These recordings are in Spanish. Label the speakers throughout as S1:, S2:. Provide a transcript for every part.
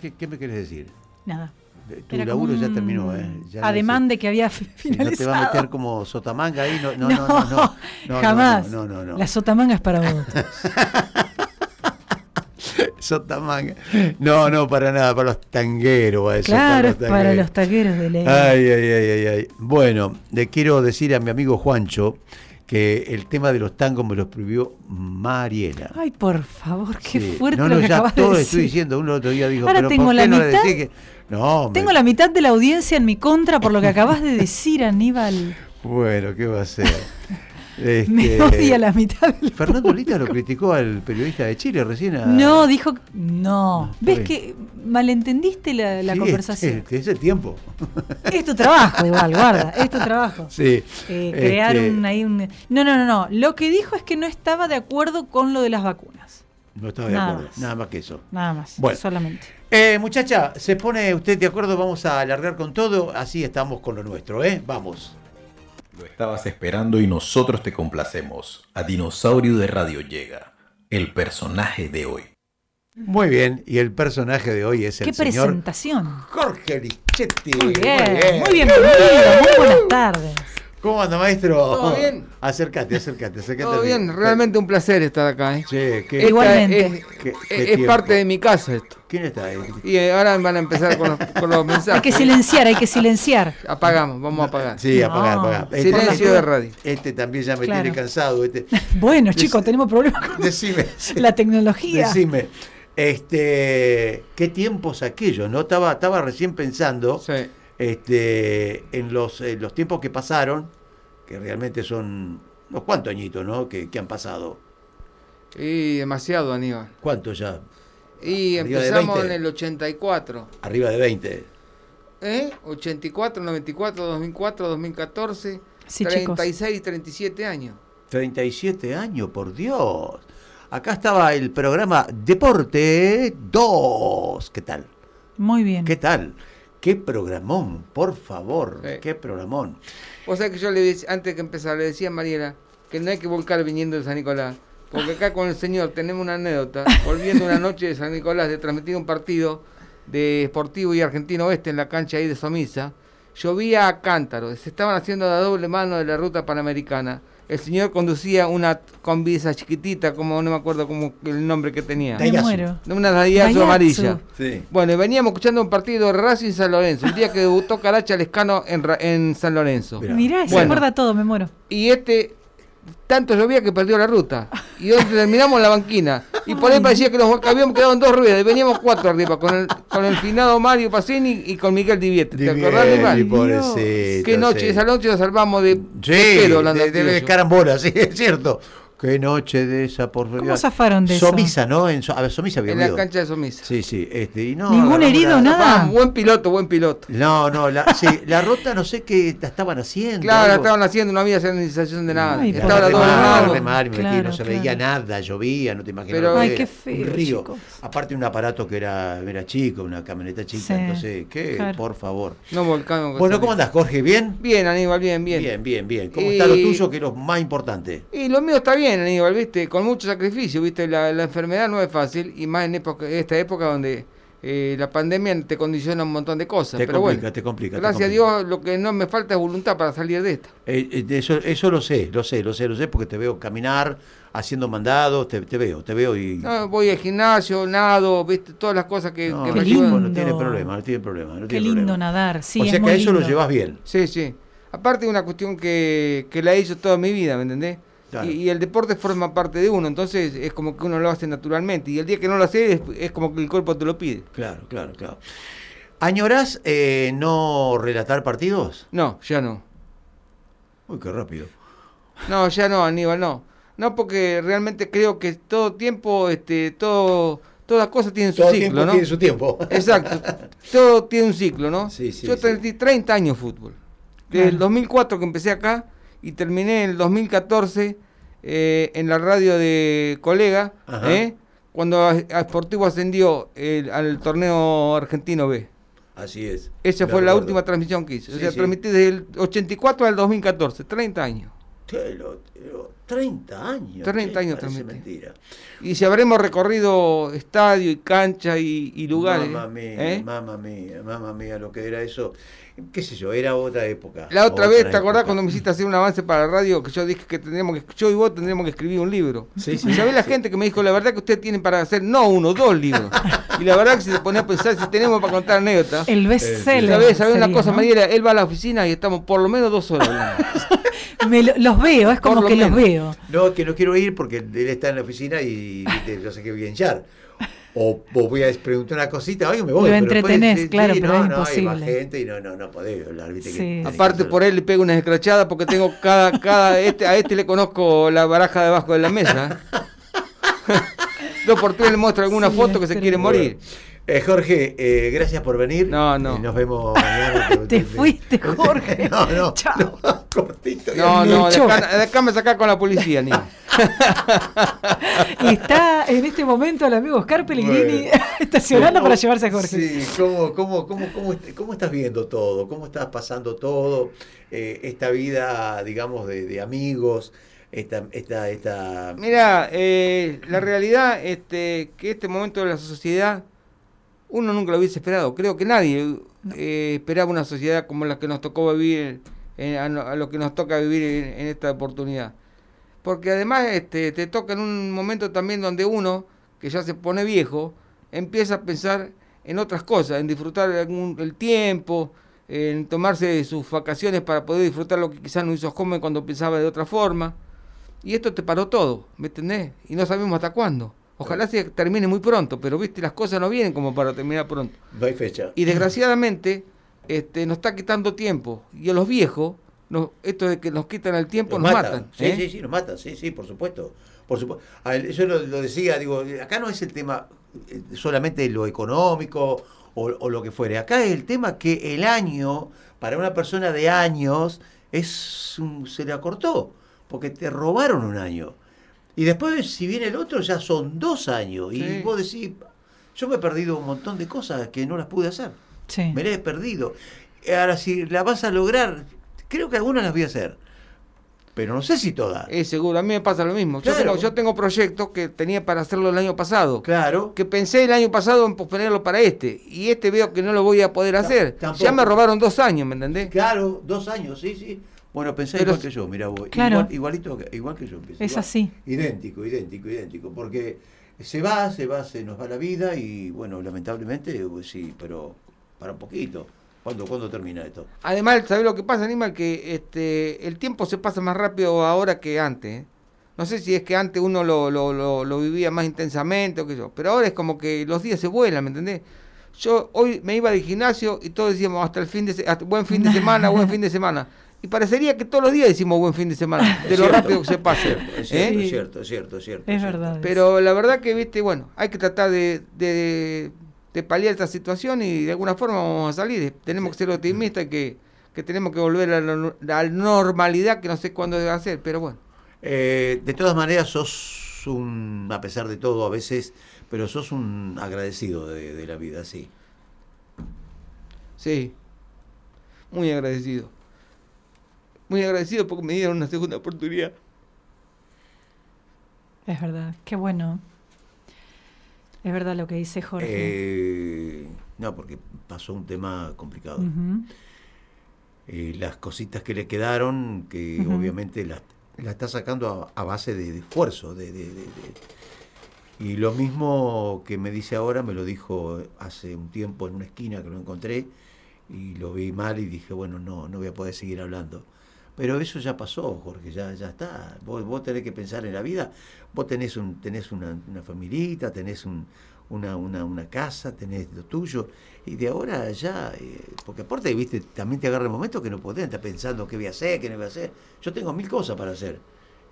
S1: ¿Qué, qué me querés decir? Eh,
S2: Nada.
S1: Tu
S2: Era
S1: laburo
S2: como
S1: ya
S2: un
S1: terminó, ¿eh? Ya no
S2: ademán
S1: sé.
S2: de que había
S1: Si no
S2: finalizado.
S1: te va a meter como sotamanga ahí, no, no, no, no, no, no, no,
S2: jamás.
S1: No, no, no. no.
S2: La sotamanga es para vos.
S1: Sotamanga. No, no, para nada, para los tangueros, va eso,
S2: claro, es
S1: los
S2: para
S1: tangueros.
S2: los taqueros de ley.
S1: Ay, ay, ay, ay, ay. Bueno, le quiero decir a mi amigo Juancho que el tema de los tangos me los prohibió Mariela.
S2: Ay, por favor, qué
S1: Sí.
S2: fuerte
S1: no,
S2: lo
S1: no,
S2: que
S1: ya
S2: acabas
S1: todo
S2: de
S1: estoy
S2: decir.
S1: diciendo. Uno el otro día dijo,
S2: Ahora
S1: pero
S2: tengo
S1: ¿por qué
S2: la
S1: no le
S2: mitad-
S1: decís que.? No, me-
S2: Tengo la mitad de la audiencia en mi contra por lo que acabas de decir, Aníbal.
S1: Bueno, ¿qué va a ser? Este,
S2: Me odia la mitad del
S1: Fernando Lita lo criticó al periodista de Chile recién. a-
S2: No, dijo. No.
S1: Ah. está
S2: ¿Ves
S1: bien.
S2: que malentendiste la, la
S1: Sí, este.
S2: conversación?
S1: es- es el tiempo.
S2: Es, tu trabajo, igual, guarda. Es tu trabajo.
S1: sí.
S2: Eh, crear
S1: Este,
S2: un, ahí un. No, no, no, no. Lo que dijo es que no estaba de acuerdo con lo de las vacunas.
S1: No estaba de
S2: Nada
S1: acuerdo,
S2: más.
S1: nada más que eso.
S2: Nada más.
S1: Bueno.
S2: Solamente.
S1: Eh, muchacha, ¿se pone usted de acuerdo? Vamos a alargar con todo. Así estamos con lo nuestro, ¿eh? Vamos.
S3: Lo estabas esperando y nosotros te complacemos. A Dinosaurio de Radio llega el personaje de hoy.
S1: Muy bien. Y el personaje de hoy es
S2: Qué
S1: el señor
S2: presentación.
S1: Jorge Lichetti.
S2: Muy bien. Muy bienvenido. Muy buenas tardes.
S1: ¿Cómo anda, maestro?
S4: Todo bien.
S1: Acércate, acércate, acércate.
S4: Todo
S1: al-
S4: bien, realmente un placer estar acá. ¿eh?
S1: Che,
S4: Esta
S1: ¿qué-
S2: Igual- Igualmente.
S4: Es,
S1: Qué-
S4: es-
S1: qué
S4: es
S1: tiempo.
S4: parte de mi casa esto.
S1: ¿Quién está ahí?
S4: Y eh, ahora van a empezar con los, con los mensajes.
S2: Hay que silenciar, hay que silenciar.
S4: Apagamos, vamos a apagar.
S1: Sí,
S2: No.
S1: apagá, apagá.
S4: Silencio de radio.
S1: Este también ya me
S2: Claro.
S1: tiene cansado. Este.
S2: Bueno,
S1: Dec-
S2: chicos, tenemos problemas con
S1: Decime.
S2: la tecnología.
S1: Decime, este, ¿qué tiempos aquellos? No estaba, estaba recién pensando
S4: Sí.
S1: este, en los, eh, los tiempos que pasaron, que realmente son unos cuantos añitos, ¿no? Que, que han pasado.
S4: Y demasiado, Aníbal.
S1: ¿Cuántos ya?
S4: Y
S1: Arriba de
S4: empezamos
S1: 20.
S4: en el 84.
S1: Arriba de 20.
S4: ¿Eh? 84, 94, 2004, 2014.
S2: Sí, chicos.
S4: 36 y 37 años.
S1: 37 años, por Dios. Acá estaba el programa Deporte 2. ¿Qué tal?
S2: Muy bien.
S1: ¿Qué tal? Qué programón, por favor,
S4: Sí.
S1: qué programón.
S4: Vos sabés que yo le decía, antes que empezar, le decía a Mariela que no hay que volcar viniendo de San Nicolás. Porque acá con el señor tenemos una anécdota. Volviendo una noche de San Nicolás de transmitir un partido de Sportivo y Argentino Oeste en la cancha ahí de Somisa. Llovía a cántaros. Se estaban haciendo la doble mano de la ruta panamericana. El señor conducía una combisa chiquitita, como no me acuerdo como el nombre que tenía.
S1: Te-
S2: Me
S1: Dayazu.
S2: muero.
S4: Una radiazo
S2: Dayazu.
S4: amarilla.
S1: Sí.
S4: Bueno, y veníamos escuchando un partido de Racing San Lorenzo, el día que debutó Caracha Lescano en, Ra- en San Lorenzo.
S1: Mirá.
S2: Mirá, se
S4: Bueno.
S2: acuerda todo, me muero.
S4: Y este, tanto llovía que perdió la ruta. Y hoy terminamos en la banquina. Y por ahí parecía que nos habíamos quedado en dos ruedas. Y veníamos cuatro arriba, con el, con el finado Mario Pacini y con Miguel Diviete. ¿Te acordás,
S1: Divierti,
S4: Aníbal?
S1: pobrecito,
S4: Qué noche,
S1: sí.
S4: esa noche nos salvamos de,
S1: Sí,
S4: de pedo, la
S1: de, de- de
S4: Andalucía.
S1: carambola, sí, es cierto. Qué noche de esa, por
S2: ¿Cómo zafaron de eso?
S1: Somisa, ¿no? En, So- a ver, Somisa había
S4: en la
S1: habido.
S4: cancha de Somisa.
S1: Sí, sí. Este, y no,
S2: ¿Ningún
S1: la-
S2: herido,
S1: la-
S2: nada?
S4: Ah, buen piloto, buen piloto.
S1: No, no, la, sí, la ruta no sé qué la estaban haciendo.
S4: Claro, la
S1: algo.
S4: estaban haciendo, no había sensación de nada.
S2: Ay,
S1: La
S4: Estaba la
S1: re
S2: pobre.
S4: doble
S1: mal,
S2: mano.
S1: re
S4: mano.
S1: mal, me metí, no se
S2: Claro,
S1: veía
S2: claro.
S1: nada, llovía, no te imaginas.
S4: Pero-
S1: lo que
S4: Ay,
S1: era.
S2: qué feo,
S1: Un río.
S2: chicos.
S1: Aparte, un aparato que era, era chico, una camioneta chica.
S2: Sí,
S1: entonces, ¿qué?
S2: claro.
S1: Por favor.
S4: No volcamos.
S1: Bueno, ¿cómo andás, Jorge? ¿Bien?
S4: Bien, Aníbal, bien, bien.
S1: Bien, bien, bien. ¿Cómo está lo
S4: Y-
S1: tuyo, que es lo más importante?
S4: Y lo mío está bien, Aníbal, ¿viste? Con mucho sacrificio, ¿viste? La, la enfermedad no es fácil y más en época, esta época donde eh, la pandemia te condiciona un montón de cosas.
S1: Te
S4: pero
S1: complica,
S4: bueno,
S1: te complica, te
S4: Gracias
S1: complica.
S4: a Dios, lo que no me falta es voluntad para salir de esta.
S1: Eh, eh, de eso, eso lo sé, lo sé, lo sé, lo sé, porque te veo caminar, haciendo mandados, te, te veo, te veo y...
S4: No, voy al gimnasio, nado, ¿viste? Todas las cosas que,
S1: No,
S4: que
S1: no
S4: me
S2: lindo.
S1: tiene-
S4: ayudan.
S1: no tiene problema, no tiene problema. no
S2: Qué
S1: tiene
S2: lindo
S1: problema.
S2: nadar. Sí,
S1: o
S2: es
S1: sea que
S2: muy
S1: a eso lo
S2: lindo.
S1: llevas bien.
S4: Sí, sí. Aparte es una cuestión que, que la he hecho toda mi vida, ¿me entendés?
S1: Claro.
S4: Y, y el deporte forma parte de uno, entonces es como que uno lo hace naturalmente. Y el día que no lo hace es, es como que el cuerpo te lo pide.
S1: Claro, claro, claro. ¿Añorás eh, no relatar partidos?
S4: No, ya no.
S1: Uy, qué rápido.
S4: No, ya no, Aníbal, no. No, porque realmente creo que todo tiempo, este, todo, todas cosas tienen su ciclo, ¿no?
S1: su tiempo.
S4: Exacto. todo tiene un ciclo, ¿no?
S1: Sí, sí,
S4: Yo
S1: sí.
S4: tengo 30 años de fútbol. Desde el
S2: Claro.
S4: 2004 que empecé acá y terminé en el 2014 eh, en la radio de colega,
S1: Ajá.
S4: ¿eh? cuando a- a Sportivo ascendió el- al torneo argentino B.
S1: Así es.
S4: Esa
S1: Lo
S4: fue la
S1: recuerdo.
S4: última transmisión que hice. O
S1: Sí,
S4: sea,
S1: sí.
S4: transmití desde el 84 al 2014, 30 años.
S1: Te lo- te lo- 30 años.
S4: 30
S1: che,
S4: años
S1: parece
S4: transmite.
S1: mentira.
S4: Y si habremos recorrido estadio y cancha y, y lugares.
S1: Mamma mía,
S4: ¿eh?
S1: mamma mía, mamma mía, lo que era eso. ¿Qué sé yo? Era otra época.
S4: La otra vez, ¿te acordás
S1: época.
S4: cuando me hiciste hacer un avance para la radio? Que yo dije que tendríamos que, yo y vos tendríamos que escribir un libro.
S1: Sí, sí.
S4: Y sabés la gente que me dijo, la verdad que ustedes tienen para hacer, no uno, dos libros. Y la verdad que si te ponés a pensar, si tenemos para contar anécdotas.
S2: El
S1: sí.
S2: bestseller.
S4: ¿Sabés, sabés una
S2: sería,
S4: cosa,
S2: ¿no?
S4: Mariela? Él va a la oficina y estamos por lo menos dos horas hablando.
S2: Me lo- los veo, es
S4: Por
S2: como
S4: lo
S2: que los
S4: menos.
S2: veo.
S1: No, que no quiero ir porque él está en la oficina y viste, yo sé que voy a hinchar. O, o voy a preguntar una cosita, oye, me voy.
S2: Lo
S1: pero
S2: entretenés,
S1: después-
S2: claro,
S1: no, no,
S2: pero es
S1: y va
S2: imposible.
S1: gente y no, no, no podés hablar, viste que
S2: Sí.
S1: tenés que
S4: Aparte
S1: hacer-
S4: por él le pego unas escrachadas porque tengo cada, cada, este, a este le conozco la baraja debajo de la mesa. Dos por tres le muestro alguna
S2: Sí,
S4: foto que
S2: es
S4: se quiere
S2: tremendo.
S4: morir.
S1: Eh, Jorge, eh, gracias por venir.
S4: No, no.
S1: Eh, nos vemos mañana.
S2: Te fuiste, Jorge.
S1: no, no.
S2: Chao.
S1: no, cortito.
S4: No,
S1: Dios mío.
S4: no,
S2: Mucho.
S4: dejá- déjame sacar con la policía, niño.
S2: Y está en este momento el amigo Oscar Pellegrini
S1: Bueno.
S2: estacionando
S1: ¿Cómo-
S2: para llevarse a Jorge.
S1: Sí, ¿cómo, cómo, cómo, cómo, est- cómo estás viendo todo? ¿Cómo estás pasando todo? Eh, esta vida, digamos, de, de amigos, esta, esta, esta.
S4: Mira, eh, la realidad este, que este momento de la sociedad, uno nunca lo hubiese esperado. Creo que nadie eh, esperaba una sociedad como la que nos tocó vivir, eh, a, no- a lo que nos toca vivir en, en esta oportunidad. Porque además este, te toca en un momento también donde uno, que ya se pone viejo, empieza a pensar en otras cosas, en disfrutar algún- el tiempo, en tomarse sus vacaciones para poder disfrutar lo que quizás no hizo joven cuando pensaba de otra forma. Y esto te paró todo, ¿me entendés? Y no sabemos hasta cuándo. Ojalá se termine muy pronto, pero viste, las cosas no vienen como para terminar pronto.
S1: No hay fecha.
S4: Y desgraciadamente, este, nos está quitando tiempo. Y a los viejos, nos- esto de que nos quitan el tiempo, nos, matan.
S1: Sí,
S4: ¿eh?
S1: sí, sí, nos matan, sí, sí, por supuesto. Por supuesto. yo lo, lo decía, digo, acá no es el tema eh, solamente lo económico o, o lo que fuere. Acá es el tema que el año, para una persona de años, es un- se le acortó, porque te robaron un año. Y después, si viene el otro, ya son dos años.
S4: Sí.
S1: Y vos decís, yo me he perdido un montón de cosas que no las pude hacer.
S2: Sí.
S1: Me la he perdido. Ahora, si la vas a lograr, creo que algunas las voy a hacer. Pero no sé si todas.
S2: Eh,
S4: Es Eh, seguro, a mí me pasa lo mismo. Yo,
S1: Claro.
S4: tengo, yo tengo proyectos que tenía para hacerlo el año pasado.
S1: claro.
S4: Que pensé el año pasado en posponerlo para este. Y este veo que no lo voy a poder hacer.
S1: tampoco.
S4: Ya me robaron dos años, ¿me entendés?
S1: Claro, dos años, sí, sí. Bueno, pensé
S4: Pero
S1: igual
S4: si-
S1: que yo, mira vos.
S2: Claro.
S1: Igual, igualito, que- igual que yo. pensé,
S2: Es
S1: igual.
S2: así.
S1: Idéntico, idéntico, idéntico. Porque se va, se va, se nos va la vida y, bueno, lamentablemente, pues sí, pero para un poquito. ¿Cuándo, ¿cuándo termina esto?
S4: Además, ¿sabés lo que pasa, Aníbal? Que este, el tiempo se pasa más rápido ahora que antes. ¿eh? No sé si es que antes uno lo, lo- lo- lo vivía más intensamente o qué yo, pero ahora es como que los días se vuelan, ¿me entendés? Yo hoy me iba al gimnasio y todos decíamos hasta el fin de se- hasta- buen fin de semana, buen fin de semana. Y parecería que todos los días decimos buen fin de semana, de
S1: Es
S4: lo
S1: cierto,
S4: rápido que se pasa.
S1: Es
S4: ¿eh?
S1: cierto,
S2: Sí.
S1: es cierto, es cierto, es cierto.
S2: Es
S1: cierto.
S2: verdad.
S4: Pero la verdad que, viste, bueno, hay que tratar de, de- de paliar esta situación y de alguna forma vamos a salir. Tenemos que ser optimistas y que, que tenemos que volver a la, no- la normalidad que no sé cuándo debe ser, pero bueno.
S1: Eh, de todas maneras, sos un, a pesar de todo a veces, pero sos un agradecido de, de la vida, sí.
S4: Sí. Muy agradecido. Muy agradecido porque me dieron una segunda oportunidad.
S2: Es verdad. Qué bueno. Es verdad lo que dice Jorge.
S1: Eh, no, porque pasó un tema complicado.
S2: Ujú.
S1: Eh, las cositas que le quedaron, que
S2: Ujú.
S1: obviamente las la está sacando a, a base de, de esfuerzo. De, de- de- de- Y lo mismo que me dice ahora, me lo dijo hace un tiempo en una esquina que lo encontré y lo vi mal y dije, bueno, no, no voy a poder seguir hablando. Pero eso ya pasó, Jorge, ya, ya está. Vos, vos tenés que pensar en la vida. Vos tenés, un, tenés una, una familita, tenés un- una, una- una casa, tenés lo tuyo. Y de ahora ya, eh, porque aparte, viste, también te agarra el momento que no podés estar pensando qué voy a hacer, qué no voy a hacer. Yo tengo mil cosas para hacer.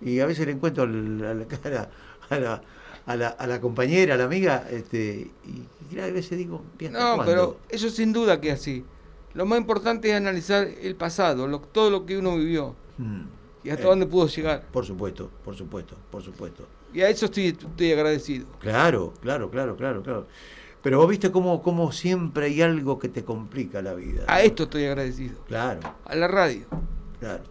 S1: Y a veces le encuentro al- a la cara, a la, a la- a la compañera, a la amiga, este, y, y a veces digo, "¿Y hasta
S4: No, pero
S1: cuándo?".
S4: eso sin duda que es así. Lo más importante es analizar el pasado, lo- todo lo que uno vivió
S1: Mm.
S4: y hasta
S1: Eh,
S4: dónde pudo llegar.
S1: Por supuesto, por supuesto, por supuesto.
S4: Y a eso estoy, estoy agradecido.
S1: Claro, claro, claro, claro, claro. Pero vos viste cómo, cómo siempre hay algo que te complica la vida.
S4: A
S1: ¿no?
S4: esto estoy agradecido.
S1: Claro,
S4: A la radio.
S1: claro,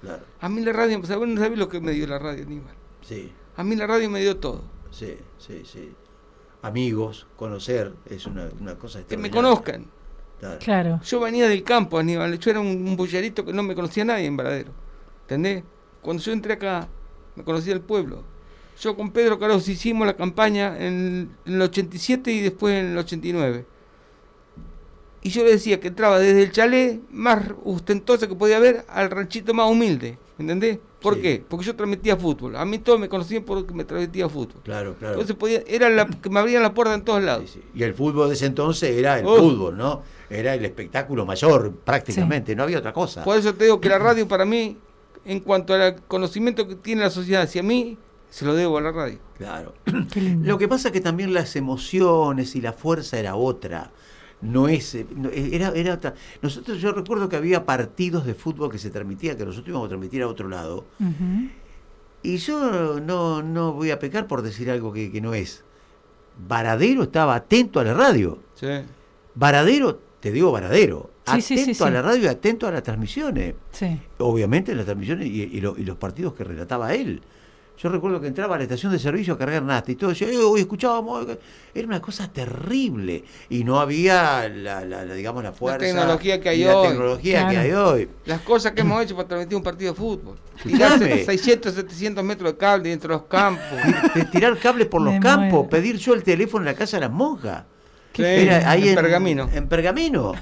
S1: Claro.
S4: A mí la radio, o sea, vos no sabés lo que me dio la radio, Aníbal.
S1: Sí,
S4: A mí la radio me dio todo.
S1: sí, sí, sí. Amigos, conocer es una, una cosa
S4: Que me
S1: extraordinaria.
S4: conozcan.
S1: Claro.
S2: Claro.
S4: Yo venía del campo, Aníbal. Yo era un, un bullerito que no me conocía nadie en Varadero. ¿Entendés? Cuando yo entré acá, me conocía el pueblo. Yo con Pedro Carlos hicimos la campaña en, en el 87 y después en el 89. Y yo le decía que entraba desde el chalet más ostentoso que podía haber al ranchito más humilde. ¿Entendés? ¿Por
S1: Sí.
S4: qué? Porque yo transmitía fútbol. A mí todos me conocían porque me transmitía fútbol.
S1: Claro, claro.
S4: Entonces podía, era la que me abrían la puerta en todos lados.
S1: Ah. Sí, sí. Y el fútbol de ese entonces era el
S4: Uf.
S1: fútbol, ¿no? Era el espectáculo mayor prácticamente, no había otra cosa.
S4: Por eso te digo que la radio para mí, en cuanto al conocimiento que tiene la sociedad hacia mí, se lo debo a la radio.
S1: Claro.
S2: Qué lindo.
S1: Lo que pasa es que también las emociones y la fuerza era otra. No es, eh, no, eh, era, era otra. Nosotros, yo recuerdo que había partidos de fútbol que se transmitían, que nosotros íbamos a transmitir a otro lado.
S2: Ujú.
S1: Y yo no, no voy a pecar por decir algo que, que no es. Varadero estaba atento a la radio. Varadero, te digo Varadero,
S2: Sí, sí,
S1: atento
S2: sí,
S1: a
S2: sí.
S1: la radio y atento a las transmisiones.
S2: Sí.
S1: Obviamente las transmisiones y, y lo- y los partidos que relataba él. Yo recuerdo que entraba a la estación de servicio a cargar nasta y todo decía, "Eh, hoy escuchábamos, eh". era una cosa terrible. Y no había la, la- la, digamos la fuerza.
S4: tecnología que hay
S1: y la
S4: hoy.
S1: tecnología que
S2: Claro.
S1: hay hoy.
S4: Las cosas que hemos hecho para transmitir un partido de fútbol.
S1: Escuchame.
S4: Tirarse 600, 700 metros de cable entre los campos.
S1: De tirar cables por los
S2: Me
S1: campos,
S2: muero.
S1: pedir yo el teléfono en la casa de las monjas.
S4: Sí,
S1: Era ahí
S4: ¿eh? en pergamino.
S1: En pergamino.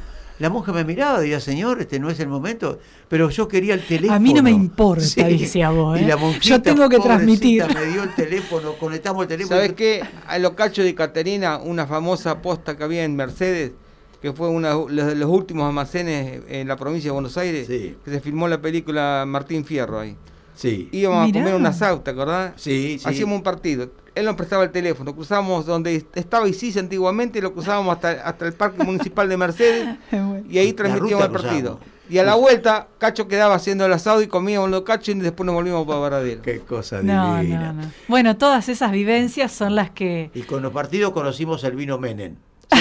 S1: La monja me miraba y decía, señor, este no es el momento, pero yo quería el teléfono.
S2: A mí no me importa, decía vos,
S1: Y
S2: ¿eh?
S1: la
S2: Yo
S1: monjita,
S2: tengo que
S1: pobrecita,
S2: transmitir.
S1: Me dio el teléfono, conectamos el teléfono.
S4: ¿Sabes qué? A los cachos de Caterina, una famosa posta que había en Mercedes, que fue uno de los últimos almacenes en la provincia de Buenos Aires,
S1: Sí.
S4: que se filmó la película Martín Fierro ahí.
S1: Sí.
S4: Íbamos
S2: Mirá.
S4: a comer una sauta, ¿verdad?
S1: Sí, sí.
S4: Hacíamos un partido. Él nos prestaba el teléfono. Cruzábamos donde estaba Isis antiguamente, lo cruzábamos hasta, hasta el Parque Municipal de Mercedes
S2: Bueno.
S4: y ahí
S1: La
S4: transmitíamos el
S1: ruta
S4: partido.
S1: cruzábamos.
S4: Y a la vuelta, Cacho quedaba haciendo el asado y comíamos los cachos y después nos volvíamos para Varadero.
S1: Qué cosa
S2: No,
S1: divina.
S2: no, no. Bueno, todas esas vivencias son las que.
S1: Y con los partidos conocimos al vino Menem.
S4: Sí.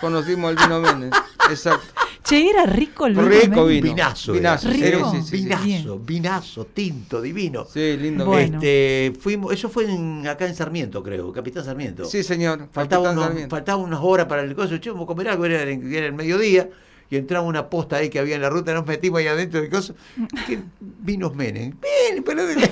S4: Conocimos al vino Méndez. Exacto.
S2: Che, era rico el vino,
S4: Rico
S2: ¿eh?
S4: vino.
S1: Vinazo.
S4: Vinazo,
S1: era.
S2: sí,
S1: Era
S2: sí,
S1: un
S2: sí,
S4: sí.
S1: vinazo,
S2: Bien.
S1: vinazo, tinto, divino.
S4: Sí, lindo
S2: Bueno.
S4: vino.
S1: Este, fuimos, eso fue en- acá en Sarmiento, creo, Capitán Sarmiento.
S4: Sí, señor.
S1: faltaba,
S4: Capitán
S1: unos-
S4: Sarmiento.
S1: faltaba unas horas para el coso, che, vamos a comer algo, era, el- era el mediodía, y entraba una posta ahí que había en la ruta, nos metimos ahí adentro del coso. ¿Qué vinos Menem? Ven, pero de-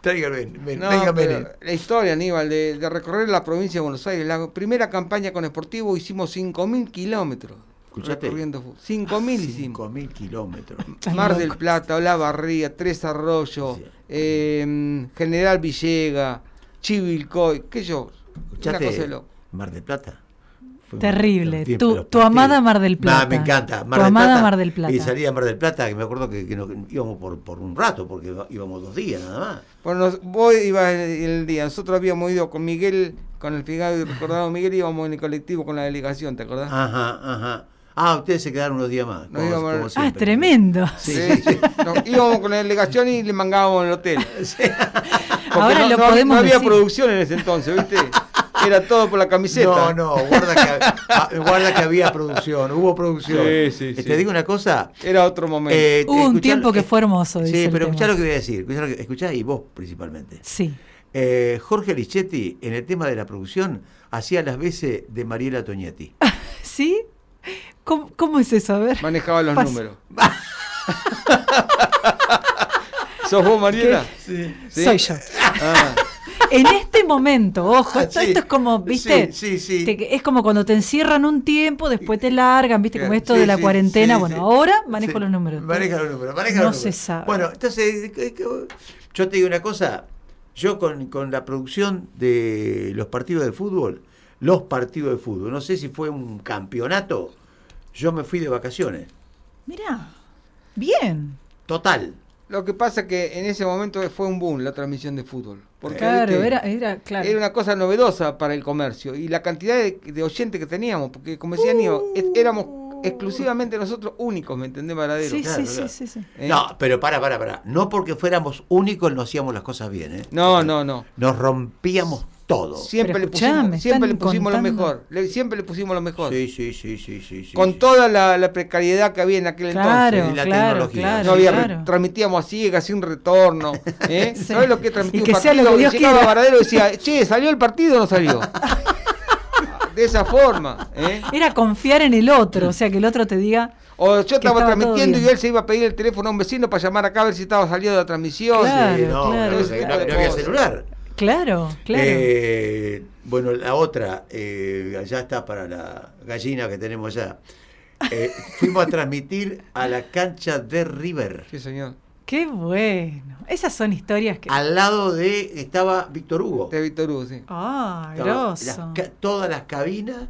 S1: Traigan Menem, ven,
S4: No,
S1: venga
S4: pero
S1: Menem.
S4: la historia, Aníbal, de, de recorrer la provincia de Buenos Aires. La primera campaña con Sportivo hicimos 5.000 kilómetros.
S1: ¿Escuchaste?
S4: recorriendo fu- 5.000 hicimos.
S1: 5.000 kilómetros.
S2: Estás
S4: Mar
S2: loco.
S4: del Plata, Olavarría, Tres Arroyos,
S1: Sí.
S4: eh, General Villega, Chivilcoy, qué yo. Una cosa de
S1: ¿Escuchaste?
S4: loco.
S1: Mar del Plata. Fue
S2: Terrible.
S1: un tiempo,
S2: Tu-
S1: los
S2: tu
S1: partidos.
S2: amada Mar del Plata.
S1: Ah, me encanta. Mar
S2: Tu
S1: del
S2: amada
S1: Plata.
S2: Mar del Plata.
S1: Y salía a Mar del Plata, que me acuerdo que, que nos- íbamos por, por un rato, porque íbamos dos días nada más.
S4: Bueno, nos- vos ibas el, el día, nosotros habíamos ido con Miguel, con el figado y recordado Miguel, íbamos en el colectivo con la delegación, ¿te acordás?
S1: Ajá, ajá. Ah, ustedes se quedaron unos días más.
S4: Nos íbamos- Ah,
S2: Ah,
S1: siempre.
S2: tremendo.
S1: Sí, sí,
S4: Sí,
S1: sí.
S4: Nos íbamos con la delegación y le mangábamos en el hotel. Porque
S2: Ahora
S4: no,
S2: lo
S4: no había-
S2: podemos
S4: no había
S2: decir.
S4: producción en ese entonces, ¿viste? Era todo por la camiseta.
S1: No, no, guarda que, ah, guarda que había producción, hubo producción.
S4: Sí, sí,
S1: Eh,
S4: sí.
S1: Te digo una cosa.
S4: Era otro momento.
S1: eh,
S2: Hubo un
S1: escuchá-
S2: tiempo que fue hermoso, dice
S1: Sí,
S2: el
S1: pero
S2: tema.
S1: escuchá lo que voy a decir, escuchá, lo que- escuchá y vos principalmente.
S2: Sí.
S1: Eh, Jorge Lichetti, en el tema de la producción, hacía las veces de Mariela Toñetti.
S2: ¿Sí? ¿Cómo, cómo es eso? A ver.
S4: Manejaba los
S2: Pasa.
S4: números. ¿Sos vos, Mariela?
S1: Sí.
S4: Sí.
S2: Soy yo.
S4: Ah,
S2: En este momento, ojo, esto,
S1: Ah, sí.
S2: esto es como, ¿viste?
S1: Sí, sí, sí.
S2: Te- es como cuando te encierran un tiempo, después te largan, ¿viste? Como
S1: Claro.
S2: esto
S1: Sí,
S2: de la
S1: sí,
S2: cuarentena.
S1: sí,
S2: bueno,
S1: sí.
S2: ahora manejo
S1: Sí,
S2: los números.
S1: Maneja los números, maneja
S2: No
S1: los
S2: se
S1: números.
S2: sabe.
S1: Bueno, entonces, eh, eh, yo te digo una cosa. Yo con, con la producción de los partidos de fútbol, los partidos de fútbol, no sé si fue un campeonato, yo me fui de vacaciones.
S2: Mirá. Bien.
S1: Total.
S4: Lo que pasa que en ese momento fue un boom la transmisión de fútbol. Porque,
S2: Claro,
S4: ¿viste?
S2: era, era, claro.
S4: Era una cosa novedosa para el comercio y la cantidad de, de oyentes que teníamos, porque como decía Nio, es- éramos exclusivamente nosotros únicos, ¿me entendés, Varadero?
S2: sí,
S1: claro,
S2: sí,
S1: claro.
S2: sí, sí, sí.
S4: Eh,
S1: No, pero para, para, para. No porque fuéramos únicos no hacíamos las cosas bien, ¿eh?
S4: No, no, no.
S1: Nos rompíamos todo.
S4: Siempre
S2: Pero
S4: le pusimos,
S2: escuchame,
S4: siempre le
S2: están
S4: pusimos lo
S2: contando.
S4: mejor. Le- siempre le pusimos lo mejor.
S1: Sí, sí, sí, sí, sí, sí,
S4: Con
S1: sí.
S4: toda la, la precariedad que había en aquel
S2: Claro,
S1: y
S4: entonces.
S1: la
S2: claro,
S1: tecnología.
S2: claro,
S4: no había re-
S2: claro.
S4: transmitíamos a ciegas sin retorno. ¿eh?
S2: Sí.
S4: ¿Sabés lo que
S2: Y
S4: transmitía un
S2: que sea
S4: partido?
S2: lo que Dios
S4: Llegaba
S2: quiera.
S4: Varadero y decía, che, ¿salió el partido o no salió? De esa forma. ¿eh?
S2: Era confiar en el otro, o sea, que el otro te diga.
S4: O yo estaba,
S2: estaba todo
S4: transmitiendo y
S2: bien.
S4: él se iba a pedir el teléfono a un vecino para llamar acá a ver si estaba saliendo de la transmisión.
S2: Claro,
S1: Sí, no, no,
S2: claro,
S1: no, no
S4: claro.
S1: había celular.
S2: Claro, claro.
S1: Eh, bueno, la otra, eh, allá está para la gallina que tenemos allá. Eh, fuimos a transmitir a la cancha de River.
S4: Sí, señor.
S2: Qué bueno. Esas son historias que.
S1: Al lado de estaba Víctor Hugo.
S4: De Víctor Hugo, sí.
S2: Ah,
S1: Estaba las
S2: grosso.
S1: ca- todas las cabinas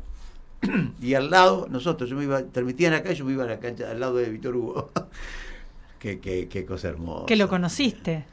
S1: y al lado, nosotros, yo me iba, transmitían acá, yo me iba a la cancha al lado de Víctor Hugo. qué, qué- qué cosa hermosa.
S2: Que lo conociste.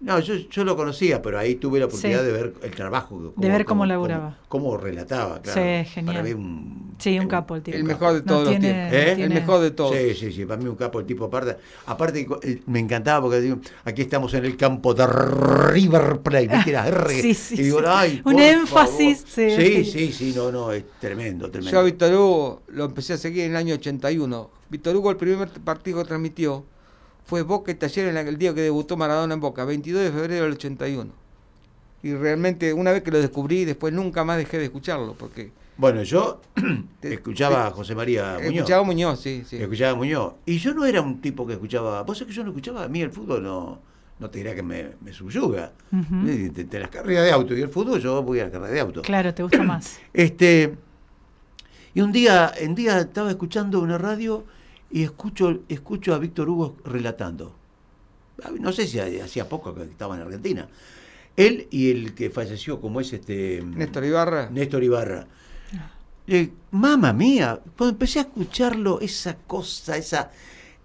S1: No, yo, yo lo conocía, pero ahí tuve la oportunidad
S2: Sí.
S1: de ver el trabajo. De
S2: ver cómo laburaba.
S1: Cómo, relataba, claro.
S2: Sí, genial.
S1: Para mí un,
S2: Sí, un capo el tipo.
S4: El mejor de
S2: No
S4: todos los
S2: tiene-
S4: tiempos.
S1: ¿Eh?
S2: no
S1: El
S4: El
S2: tiene-
S4: mejor de todos.
S1: Sí, sí, sí, para mí un capo el tipo aparte. Aparte, eh, me encantaba porque digo, aquí estamos en el campo de River Plate, ¿viste las R?
S2: Sí, sí,
S1: Y digo,
S2: sí.
S1: ay,
S2: Un
S1: por
S2: énfasis,
S1: favor. Sí,
S2: sí.
S1: sí, sí, no, no, es tremendo, tremendo.
S4: Yo a Víctor Hugo lo empecé a seguir en el año 81. Víctor Hugo, el primer partido que transmitió fue Boca y Taller en el día que debutó Maradona en Boca, 22 de febrero del 81. Y realmente, una vez que lo descubrí, después nunca más dejé de escucharlo, porque
S1: Bueno, yo
S4: Te-
S1: escuchaba a José María Ah, Muñoz.
S4: escuchaba a Muñoz, sí, sí.
S1: Escuchaba a Muñoz. Y yo no era un tipo que escuchaba. Vos sabés que yo no escuchaba. A mí el fútbol no, no te dirá que me, me subyuga.
S2: Ujú.
S1: Eh, te- te las carreras de auto. Y el fútbol, yo voy a la carrera de auto.
S2: Claro, te gusta más.
S1: Este, y un día, un día estaba escuchando una radio y escucho, escucho a Víctor Hugo relatando. Ah, No sé si ha- hacía poco que estaba en Argentina. Él y el que falleció, como es este.
S4: Néstor Ibarra.
S1: Néstor Ibarra.
S2: Ah.
S1: Eh, Mamma mía, cuando empecé a escucharlo, esa cosa, esa.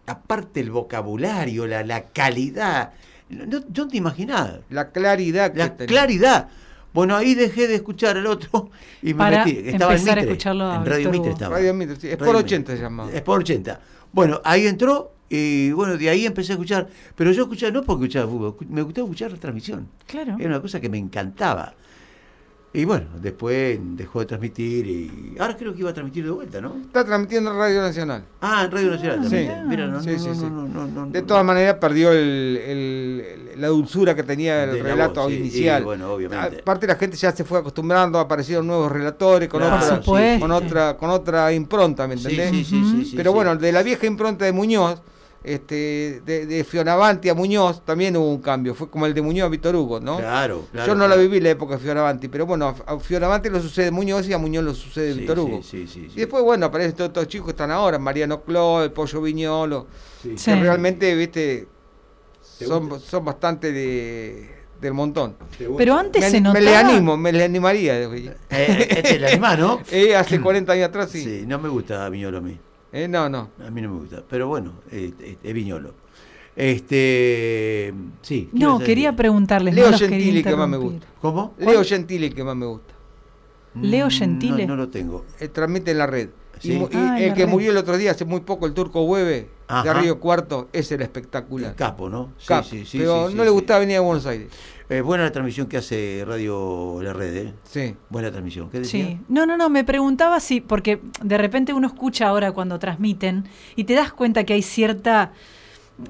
S1: Aparte el vocabulario, la, la calidad. No, no te imaginás.
S4: La claridad que
S1: La
S4: tenía.
S1: claridad. Bueno, ahí dejé de escuchar al otro y me
S2: Para
S1: metí. Estaba en
S2: empezar a
S1: Mitre,
S2: escucharlo a
S1: en Radio
S2: Víctor
S1: Mitre
S2: Hugo.
S1: estaba.
S4: Radio Mitre, sí. Es por
S1: Radio
S4: 80 se
S1: Mitre.
S4: llamaba.
S1: Es por 80. Bueno, ahí entró y bueno, de ahí empecé a escuchar. Pero yo escuchaba, no porque escuchaba fútbol, escu- me gustaba escuchar la transmisión.
S2: Claro.
S1: Era una cosa que me encantaba. Y bueno, después dejó de transmitir y ahora creo que iba a transmitir de vuelta, ¿no?
S4: Está transmitiendo en Radio Nacional.
S1: Ah, en Radio Nacional.
S4: sí.
S1: también. Mira, no,
S4: Sí,
S1: no,
S4: sí,
S1: no,
S4: sí.
S1: no, no, no, no.
S4: De todas maneras, perdió el- el- el- la dulzura que tenía el
S1: De la
S4: relato
S1: voz, sí,
S4: inicial.
S1: y bueno, obviamente.
S4: Aparte, la gente ya se fue acostumbrando, aparecieron nuevos relatores con,
S1: Claro,
S4: otra,
S2: Por supuesto.
S4: con, otra, con otra impronta, ¿me
S1: Sí,
S4: entendés?
S1: sí, sí, sí, sí,
S4: Pero
S1: sí.
S4: bueno, de la vieja impronta de Muñoz, este, de, de Fionavanti a Muñoz, también hubo un cambio. Fue como el de Muñoz a Víctor Hugo, ¿no?
S1: Claro, claro.
S4: Yo no la
S1: claro.
S4: viví la época de Fioravanti, pero bueno, a a Fioravanti lo sucede Muñoz y a Muñoz lo sucede
S1: Sí,
S4: Víctor
S1: sí,
S4: Hugo.
S1: sí, sí, sí.
S4: Y después, bueno, aparecen todos estos chicos que están ahora, Mariano Cló, el Pollo Viñolo,
S1: Sí.
S2: Sí.
S4: que realmente, viste,
S1: ¿Te
S4: son,
S1: gusta?
S4: son bastante de, del montón.
S2: Pero antes
S4: Me,
S2: se
S4: me
S2: notaba.
S4: le animo, me le animaría. güey.
S1: Eh, este es la hermano.
S4: Eh, hace 40 años atrás, sí.
S1: Sí. no me gusta Viñolo a mí.
S4: Eh, no, no.
S1: A mí no me gusta. Pero bueno, eh, eh, es Viñolo. Este. Sí. ¿qué
S2: No,
S1: ibas a decir?
S2: quería preguntarles.
S4: Leo
S2: no los quería
S4: Gentili, que más me
S2: interrumpir.
S1: ¿Cómo?
S4: Leo Gentile que más me gusta.
S2: Leo
S1: Mm,
S2: Gentile.
S1: No, no lo tengo.
S4: Eh, transmite en la red. Y
S1: Sí.
S4: mu- y
S2: Ah, en
S4: el
S2: la
S4: que
S2: red.
S4: murió el otro día, hace muy poco, el turco Hueve, de
S1: Ajá.
S4: Río Cuarto, ese era
S1: El
S4: espectacular.
S1: capo, ¿no? Sí,
S4: Cap,
S1: sí, sí,
S4: pero
S1: sí,
S4: no
S1: sí,
S4: le
S1: sí.
S4: gustaba venir a Buenos Aires.
S1: Eh, buena la transmisión que hace Radio La Red, ¿eh?
S4: Sí.
S1: Buena transmisión. ¿Qué decía?
S2: Sí. No, no, no, me preguntaba si, porque de repente uno escucha ahora cuando transmiten y te das cuenta que hay cierta,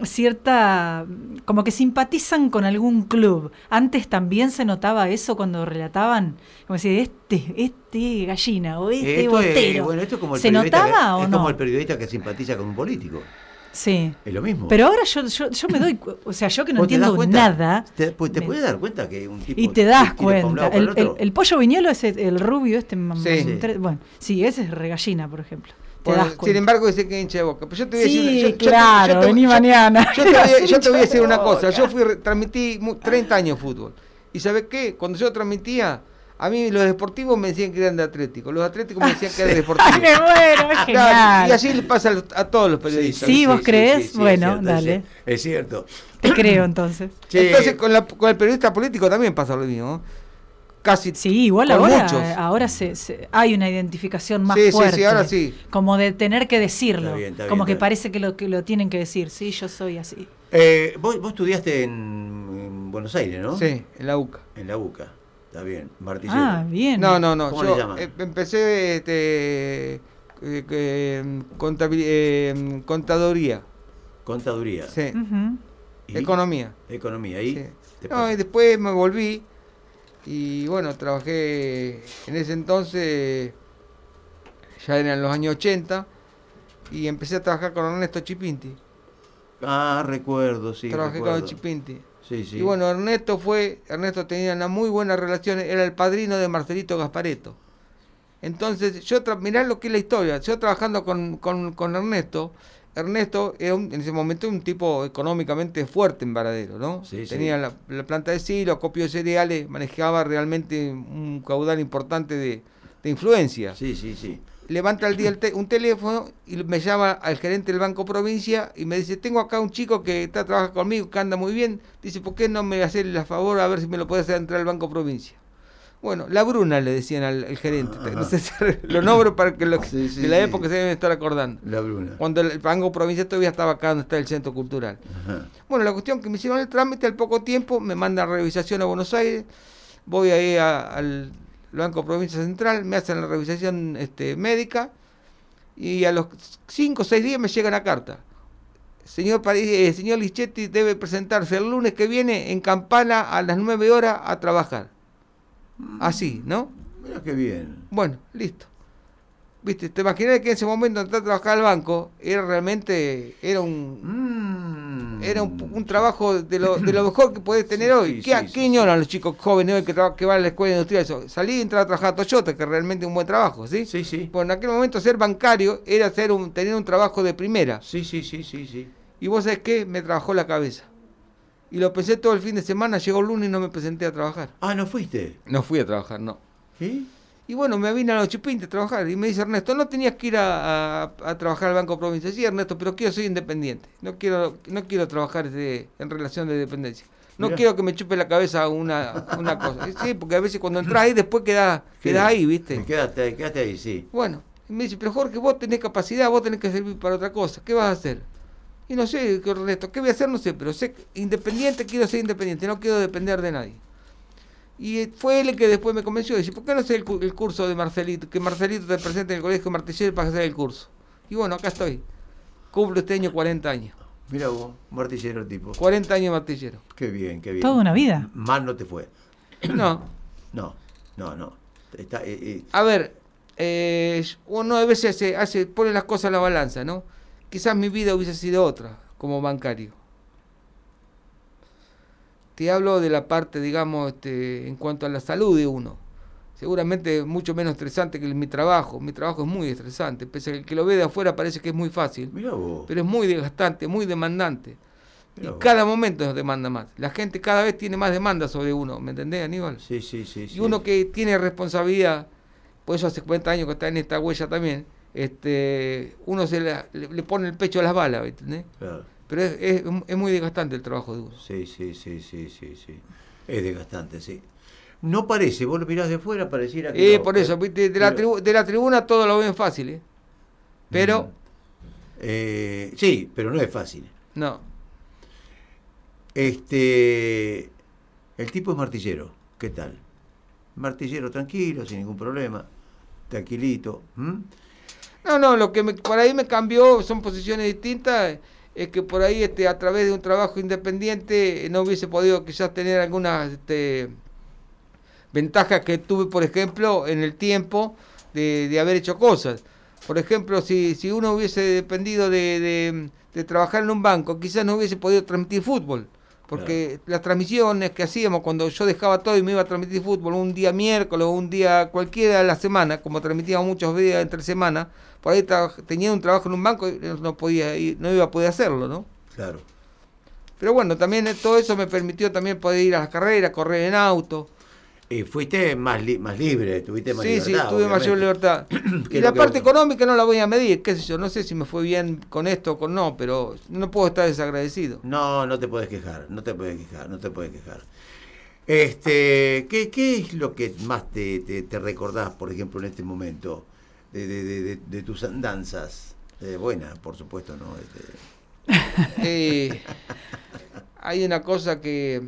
S2: cierta, como que simpatizan con algún club. Antes también se notaba eso cuando relataban, como decir, este, este gallina o este
S1: Eh, Esto es,
S2: botero.
S1: bueno, esto es como el
S2: ¿Se
S1: periodista
S2: notaba
S1: que-
S2: o
S1: es
S2: no?
S1: como el periodista que simpatiza con un político.
S2: Sí.
S1: Es lo mismo.
S2: Pero ahora yo, yo, yo me doy, cu- o sea, yo que no
S1: ¿Vos te das
S2: entiendo
S1: cuenta?
S2: nada.
S1: Te, pues, te
S2: me-
S1: puedes dar cuenta que un tipo.
S2: Y te
S1: tira
S2: das
S1: pa' un lado,
S2: cuenta.
S1: para
S2: El, el-
S1: otro.
S2: el pollo viñolo es el, el rubio, este. ma-
S4: Sí.
S2: ma- tre- Bueno, sí, ese es regallina, por ejemplo. Te
S4: Bueno,
S2: das
S4: sin
S2: cuenta.
S4: embargo, dice que es hincha de boca. Pero yo te voy a
S2: Sí,
S4: decir, yo- yo te- yo
S2: claro,
S4: te-
S2: vení
S4: yo-
S2: mañana.
S4: Yo te, voy, a-
S2: Eras
S4: yo te voy a
S2: hincha
S4: decir
S2: de
S4: una cosa.
S2: Boca.
S4: Yo fui re- transmití mu- 30 años fútbol. ¿Y sabes qué? Cuando yo transmitía, a mí los deportivos me decían que eran de Atlético. Los Atléticos me decían que eran de Deportivo.
S2: Ay, Ah, me muero, es
S4: Claro,
S2: genial.
S4: y así le pasa a, los- a todos los
S1: Sí,
S4: periodistas.
S2: Sí, vos creés,
S1: es
S2: bueno,
S1: cierto, es
S2: dale.
S1: cier- Es cierto.
S2: Te creo entonces.
S1: Che,
S4: Entonces, con, la- con el periodista político también pasa lo mismo. Casi
S2: Sí, igual
S4: con
S2: ahora,
S4: muchos.
S2: ahora se, se- hay una identificación más
S4: Sí, sí, sí,
S2: fuerte.
S4: ahora sí.
S2: Como de tener que decirlo.
S1: Está bien, está bien,
S2: como que
S1: está bien.
S2: parece que lo, que lo tienen que decir. Sí, yo soy así.
S1: eh, vos, vos estudiaste en, en Buenos Aires, ¿no?
S4: Sí, en la UCA.
S1: En la UCA. Está bien, martillero.
S2: Ah, bien.
S4: No, no, no.
S1: ¿Cómo
S4: Yo
S1: le llaman?
S4: eh, empecé este, eh, eh, contabil- eh, contaduría,
S1: Contaduría.
S4: sí,
S2: Ujú.
S1: Y
S4: economía.
S1: Economía, ahí.
S4: sí.
S1: te
S4: No,
S1: pasa.
S4: y después me volví y bueno, trabajé en ese entonces, ya eran los años 80, y empecé a trabajar con Ernesto Chipinti.
S1: Ah, recuerdo, sí.
S4: trabajé
S1: recuerdo.
S4: con Chipinti.
S1: Sí, sí.
S4: Y bueno, Ernesto fue, Ernesto tenía una muy buena relación, era el padrino de Marcelito Gaspareto. Entonces, yo tra- mirá lo que es la historia. Yo trabajando con, con- con Ernesto, Ernesto era un- en ese momento un tipo económicamente fuerte en Varadero, ¿no?
S1: Sí, sí.
S4: tenía La, la planta de silo, copio de cereales, manejaba realmente un caudal importante de, de influencia
S1: Sí, sí, sí.
S4: levanta al día el te- un teléfono y me llama al gerente del Banco Provincia y me dice, tengo acá un chico que está trabajando conmigo, que anda muy bien, dice, ¿por qué no me haces la favor a ver si me lo puede hacer entrar al Banco Provincia? Bueno, la Bruna le decían al, al gerente,
S1: Ajá.
S4: no sé si lo nombro para que lo,
S1: Sí, sí,
S4: de la
S1: sí.
S4: época se deben estar acordando.
S1: La Bruna.
S4: Cuando el, el Banco Provincia todavía estaba acá donde está el Centro Cultural.
S1: Ajá.
S4: Bueno, la cuestión que me hicieron el trámite al poco tiempo, me mandan revisación a Buenos Aires, voy ahí a- al Banco Provincia Central, me hacen la revisación este, médica y a los 5 o 6 días me llega la carta. Señor, Pari- eh, señor Lichetti debe presentarse el lunes que viene en Campana a las 9 horas a trabajar. Así, ¿no?
S1: Mira qué bien.
S4: Bueno, listo. Viste, te imaginas que en ese momento entrar a trabajar al banco era realmente, era un,
S1: Mm.
S4: era un, un trabajo de lo, de lo mejor que podés tener
S1: sí,
S4: hoy. ¿Qué,
S1: sí,
S4: qué
S1: sí,
S4: ignoran los chicos jóvenes hoy que, traba- que van a la escuela industrial? Eso, Salir y entrar a trabajar a Toyota, que realmente es un buen trabajo, ¿sí?
S1: Sí, sí.
S4: Bueno, en aquel momento ser bancario era ser un, tener un trabajo de primera.
S1: Sí, sí, sí, sí, sí.
S4: Y vos sabés qué, me trabajó la cabeza. Y lo pensé todo el fin de semana, llegó el lunes y no me presenté a trabajar.
S1: Ah, ¿no fuiste?
S4: No fui a trabajar, no.
S1: ¿Sí?
S4: Y bueno, me vine a los chupintes a trabajar. Y me dice Ernesto, no tenías que ir a, a- a trabajar al Banco Provincia. Sí, Ernesto, pero quiero ser independiente. No quiero, no quiero trabajar de- en relación de dependencia. No
S1: Mirá.
S4: quiero que me chupe la cabeza una, una cosa. Y Sí, porque a veces cuando entras ahí, después quedás quedás ahí, ¿viste?
S1: Quedaste, quedaste ahí, sí.
S4: Bueno, y me dice, pero Jorge, vos tenés capacidad, vos tenés que servir para otra cosa. ¿Qué vas a hacer? Y no sé, que Ernesto, ¿qué voy a hacer? No sé, pero sé que independiente, quiero ser independiente, no quiero depender de nadie. Y eh, fue él el que después me convenció. Dice, ¿por qué no haces el, cu- el curso de Marcelito? Que Marcelito te presente en el colegio Martillero para hacer el curso. Y bueno, acá estoy. Cumplo este año 40 años.
S1: Mira vos, martillero el tipo.
S4: 40 años de martillero.
S1: Qué bien, qué bien.
S2: Toda una vida.
S1: Mal no te fue.
S4: No,
S1: No, no, no. Está, eh, eh,
S4: a ver, eh, uno a veces hace, hace, pone las cosas en la balanza, ¿no? Quizás mi vida hubiese sido otra como bancario. Te hablo de la parte, digamos, este, en cuanto a la salud de uno. Seguramente mucho menos estresante que el- mi trabajo. Mi trabajo es muy estresante. Pese a que el que lo ve de afuera parece que es muy fácil.
S1: mira vos.
S4: Pero es muy desgastante, muy demandante. Y
S1: mirá vos.
S4: cada momento nos demanda más. La gente cada vez tiene más demanda sobre uno. ¿Me entendés, Aníbal?
S1: Sí, sí, sí.
S4: Y uno que tiene responsabilidad, por eso hace 40 años que está en esta huella también, este, uno se la- le, le pone el pecho a las balas, ¿me ¿entendés?
S1: Claro.
S4: Pero es, es- es muy desgastante el trabajo de uno.
S1: Sí, sí, sí, sí, sí, sí. Es desgastante, sí. No parece, vos lo mirás de fuera, pareciera que.
S4: Eh,
S1: no,
S4: por eso,
S1: pero-
S4: viste, de, la
S1: pero,
S4: tribu- de la tribuna todo lo ven fácil, ¿eh? Pero,
S1: eh, sí, pero no es fácil.
S4: no.
S1: Este. El tipo es martillero, ¿qué tal? Martillero tranquilo, sin ningún problema, tranquilito. ¿m?
S4: No, no, lo que me- por ahí me cambió son posiciones distintas. Es que por ahí este, a través de un trabajo independiente eh, no hubiese podido quizás tener algunas este, ventajas que tuve, por ejemplo, en el tiempo de, de haber hecho cosas. Por ejemplo, si, si uno hubiese dependido de, de- de trabajar en un banco, quizás no hubiese podido transmitir fútbol. Porque las transmisiones que hacíamos cuando yo dejaba todo y me iba a transmitir fútbol un día miércoles o un día cualquiera de la semana, como transmitíamos muchos días entre semana, por ahí traba- tenía un trabajo en un banco y no- no podía ir- no iba a poder hacerlo, ¿no?
S1: Claro.
S4: Pero bueno, también eh, todo eso me permitió también poder ir a las carreras, correr en auto.
S1: Y Eh, fuiste más, li- más libre, tuviste más
S4: sí,
S1: libertad.
S4: sí, tuve
S1: obviamente.
S4: mayor libertad.
S1: Que
S4: y
S1: es
S4: la
S1: lo que
S4: parte
S1: vos-
S4: económica no la voy a medir, qué sé yo, no sé si me fue bien con esto o con no, pero no puedo estar desagradecido.
S1: No, no te puedes quejar, no te puedes quejar, no te puedes quejar. Este, ¿qué, qué es lo que más te, te- te recordás, por ejemplo, en este momento? De, de- de- de- de tus andanzas. Eh, buenas, por supuesto, ¿no? Este,
S4: Eh, hay una cosa que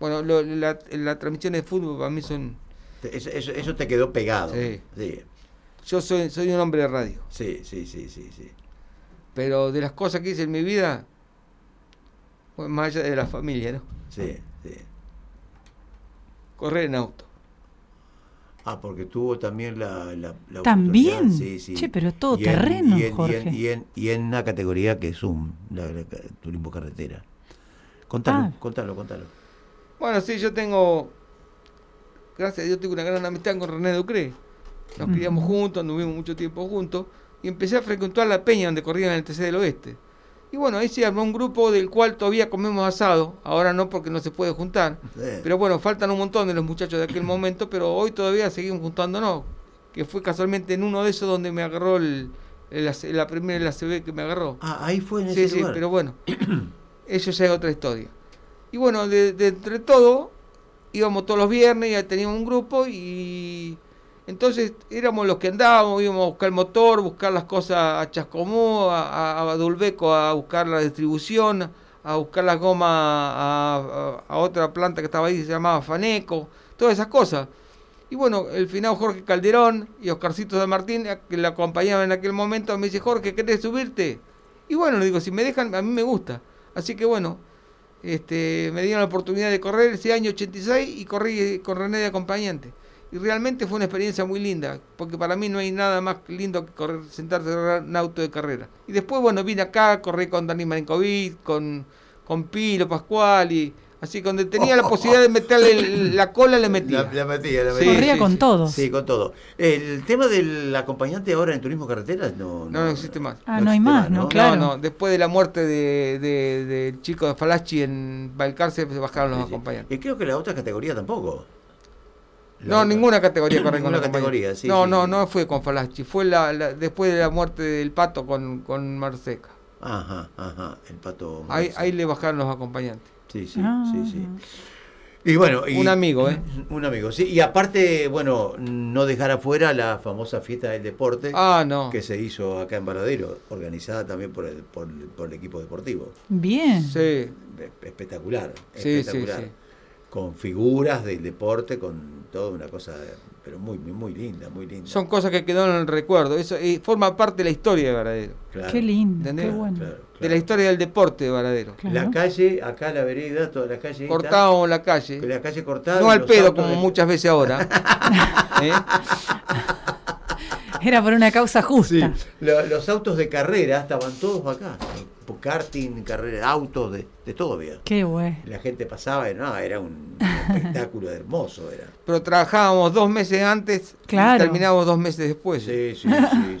S4: Bueno, lo- la, la transmisión de fútbol para mí son...
S1: Te- Eso, eso- eso te quedó pegado.
S4: Sí.
S1: Sí,
S4: Yo soy, soy un hombre de radio,
S1: sí, sí, sí, sí, sí.
S4: pero de las cosas que hice en mi vida, bueno, más allá de la familia, ¿no?
S1: sí, sí.
S4: Correr en auto.
S1: Ah, porque tuvo también la, la, la
S2: También.
S1: oportunidad, Sí, sí.
S2: Che, pero es todo
S1: Y en-
S2: terreno,
S1: y en- y en-
S2: Jorge.
S1: Y en, y en una categoría que es un la, la ca- turismo carretera. Contalo,
S2: Ah.
S1: contalo, contalo.
S4: Bueno, sí, yo tengo, gracias a Dios, tengo una gran amistad con René Ducré. Nos
S2: Mm.
S4: criamos juntos, anduvimos mucho tiempo juntos y empecé a frecuentar la peña donde corrían en el TC del Oeste. Y bueno, ahí se armó un grupo del cual todavía comemos asado, ahora no porque no se puede juntar,
S1: Eh,
S4: pero bueno, faltan un montón de los muchachos de aquel momento, pero hoy todavía seguimos juntándonos. Que fue casualmente en uno de esos donde me agarró el, el AC la primera la CB que me agarró.
S1: ah, ahí fue en
S4: sí,
S1: ese
S4: sí,
S1: lugar.
S4: pero bueno, eso ya es otra historia. Y bueno, de, de entre todo, íbamos todos los viernes, ya teníamos un grupo y entonces éramos los que andábamos, íbamos a buscar el motor, buscar las cosas a Chascomú, a, a, a Dulbeco, a buscar la distribución, a buscar las gomas a, a- a otra planta que estaba ahí, que se llamaba Faneco, todas esas cosas. Y bueno, el final Jorge Calderón y Oscarcito San Martín, a- que la acompañaban en aquel momento, me dice, Jorge, ¿querés subirte? Y bueno, le digo, si me dejan, a mí me gusta. Así que bueno, este, me dieron la oportunidad de correr ese año 86 y corrí con René de acompañante. Y realmente fue una experiencia muy linda, porque para mí no hay nada más lindo que correr, sentarse en un auto de carrera. Y después, bueno, vine acá, corrí con Dani Marinkovic, con, con Pilo Pascual, y así que donde tenía la posibilidad de meterle el- la cola, le metía.
S1: La, la metía, la
S4: Sí,
S1: metía.
S2: Corría
S4: sí,
S2: con
S4: sí.
S2: todos.
S1: Sí, con todo. El tema del acompañante ahora en turismo carretera no,
S4: No, no existe más.
S2: Ah, no hay
S1: existe
S2: más, ¿no? Claro.
S4: No, no, después de la muerte de- de- del chico de Falachi en Balcarce, se bajaron los
S1: Sí, sí.
S4: acompañantes.
S1: Y creo que la otra categoría tampoco. La
S4: No,
S1: otra.
S4: ninguna categoría corre con
S1: Ninguna
S4: los
S1: categoría,
S4: compañeros.
S1: sí,
S4: No,
S1: sí,
S4: no,
S1: sí.
S4: no fue con Falachi, fue la, la- después de la muerte del pato con, con Marseca.
S1: Ajá, ajá, el pato.
S4: Ahí,
S1: Morales.
S4: ahí le bajaron los acompañantes.
S1: Sí, sí,
S2: Ah.
S1: sí, sí. Y bueno, y-
S4: Un amigo, ¿eh?
S1: Un amigo, sí. Y aparte, bueno, no dejar afuera la famosa fiesta del deporte
S4: Ah, no.
S1: que se hizo acá en Varadero, organizada también por el, por, el- por el equipo deportivo.
S2: Ah, Bien.
S4: Sí,
S1: Espe- Espectacular,
S4: sí, sí,
S1: espectacular.
S4: sí.
S1: Con figuras del deporte, con toda una cosa, pero muy, muy, muy linda, muy linda.
S4: Son cosas que quedaron en el recuerdo. Eso y forma parte de la historia de Varadero.
S1: Claro,
S2: Qué lindo,
S4: ¿Entendés?
S2: qué
S1: claro,
S2: bueno.
S1: claro,
S4: De
S1: claro.
S4: la historia del deporte de Varadero.
S2: Claro.
S1: La calle, acá la vereda, toda la calle. esta,
S4: Cortábamos la calle.
S1: La calle cortada.
S4: No al
S1: los
S4: pedo
S1: autos
S4: como
S1: de-
S4: muchas veces ahora. ¿Eh?
S2: Era por una causa justa.
S1: Lo- los autos de carrera estaban todos acá. Karting, carrera, autos, de, de todo había.
S2: Qué bueno.
S1: La gente pasaba y no, era un espectáculo hermoso. Era.
S4: Pero trabajábamos dos meses antes y
S2: Claro.
S4: terminábamos dos meses después.
S1: Sí, sí, sí,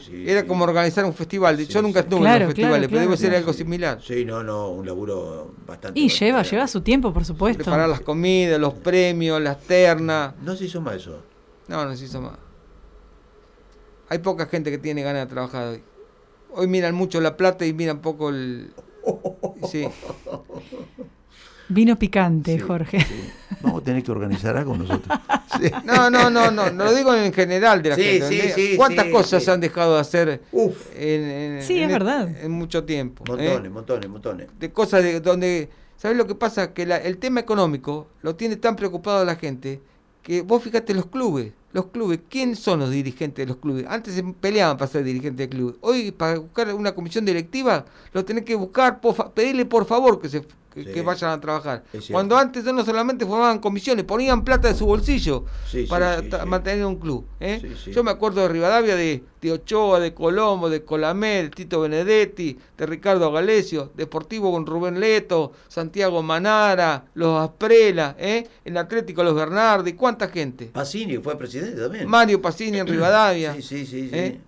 S1: sí,
S4: Pues Era
S1: sí.
S4: como organizar un festival.
S1: Sí,
S4: Yo nunca
S1: sí.
S4: estuve en
S2: Claro,
S4: los
S2: claro,
S4: festivales, pero
S2: claro.
S4: debe ser
S1: Sí,
S4: algo
S1: sí.
S4: similar.
S1: Sí, no, no, un laburo bastante.
S2: Y
S1: fuerte,
S2: lleva,
S1: era.
S2: lleva su tiempo, por supuesto.
S4: Preparar las comidas, los premios, las ternas.
S1: No se hizo más eso.
S4: No, no se hizo más. Hay poca gente que tiene ganas de trabajar hoy. Hoy miran mucho la plata y miran poco el. Sí.
S2: Vino picante,
S1: Sí,
S2: Jorge.
S1: sí. Vamos a tener que organizar algo nosotros. Sí.
S4: No, no, no, no. No lo digo en general de la
S1: Sí,
S4: gente.
S1: sí,
S4: ¿entendés?
S1: sí,
S4: ¿Cuántas
S1: sí,
S4: cosas
S1: sí.
S4: se han dejado de hacer
S1: Uf,
S4: en, en-
S2: Sí,
S4: en
S2: es
S4: et-
S2: verdad.
S4: en mucho tiempo? ¿eh?
S1: montones, montones, montones.
S4: de cosas de donde sabes lo que pasa que la- el tema económico lo tiene tan preocupado la gente que vos fíjate los clubes los clubes quién son los dirigentes de los clubes antes se peleaban para ser dirigente de clubes hoy para buscar una comisión directiva lo tenés que buscar por fa- pedirle por favor que se que,
S1: Sí.
S4: que vayan a trabajar
S1: Es cierto.
S4: cuando antes no solamente formaban comisiones ponían plata de su bolsillo
S1: Sí, sí,
S4: para
S1: sí,
S4: ta-
S1: sí.
S4: mantener un club ¿eh?
S1: Sí, sí.
S4: yo me acuerdo de Rivadavia, de, de Ochoa, de Colombo, de Colamé, de Tito Benedetti, de Ricardo Galesio, Deportivo con Rubén Leto, Santiago Manara, los Asprela, ¿eh? el Atlético los Bernardi, cuánta gente.
S1: Pacini fue presidente también.
S4: Mario Pacini en Rivadavia.
S1: Sí, sí, sí, sí.
S4: ¿Eh?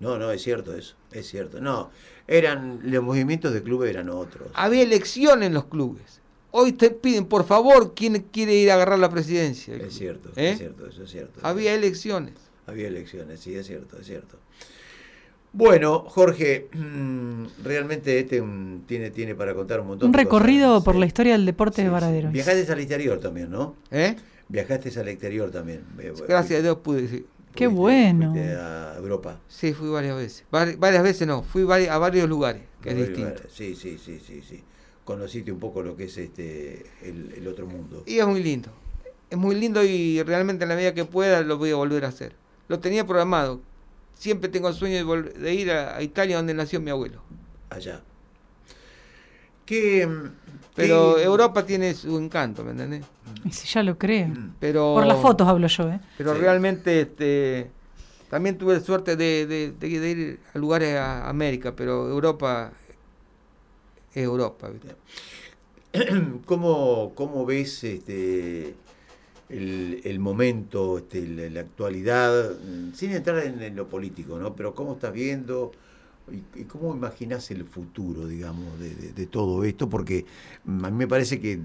S1: No, no, es cierto eso, es cierto. No, eran, los movimientos de clubes eran otros.
S4: Había elección en los clubes. Hoy te piden, por favor, quién quiere ir a agarrar la presidencia. del
S1: es
S4: club?
S1: cierto,
S4: ¿Eh?
S1: es cierto, eso es cierto.
S4: Había elecciones.
S1: Había elecciones, sí, es cierto, es cierto. Bueno, Jorge, mm, realmente este mm, tiene, tiene para contar un montón
S2: Un
S1: de
S2: recorrido
S1: cosas.
S2: por
S1: Sí,
S2: la historia del deporte
S1: sí,
S2: de
S1: sí.
S2: Varadero.
S1: Viajaste al exterior también, ¿no?
S4: ¿eh?
S1: Viajaste al exterior también. Eh, bueno,
S4: Gracias a Dios pude decir.
S2: Qué
S1: fuiste-
S2: bueno.
S1: fuiste a Europa.
S4: Sí, fui varias veces. Vari- varias veces no, fui vari- a varios lugares, que es
S1: Muy
S4: distinto.
S1: bien, Sí, sí, sí, sí, sí. conociste un poco lo que es este el, el otro mundo.
S4: Y es muy lindo. Es muy lindo y realmente en la medida que pueda lo voy a volver a hacer. Lo tenía programado. Siempre tengo el sueño de, vol- de ir a, a Italia donde nació mi abuelo.
S1: allá. Que, mm,
S4: Pero
S1: que-
S4: Europa tiene su encanto, ¿me entendés?
S2: Y si ya lo creo.
S1: Mm,
S4: Pero,
S2: Por las fotos hablo yo, ¿eh?
S4: Pero
S1: Sí.
S4: realmente este, también tuve suerte de, de- de- de ir a lugares a América, pero Europa es Europa. ¿viste?
S1: ¿Cómo, cómo ves este el, el momento, este, la, la actualidad, mm, sin entrar en, en lo político, ¿no? Pero cómo estás viendo y, y cómo imaginas el futuro, digamos, de, de- de todo esto, porque mm, a mí me parece que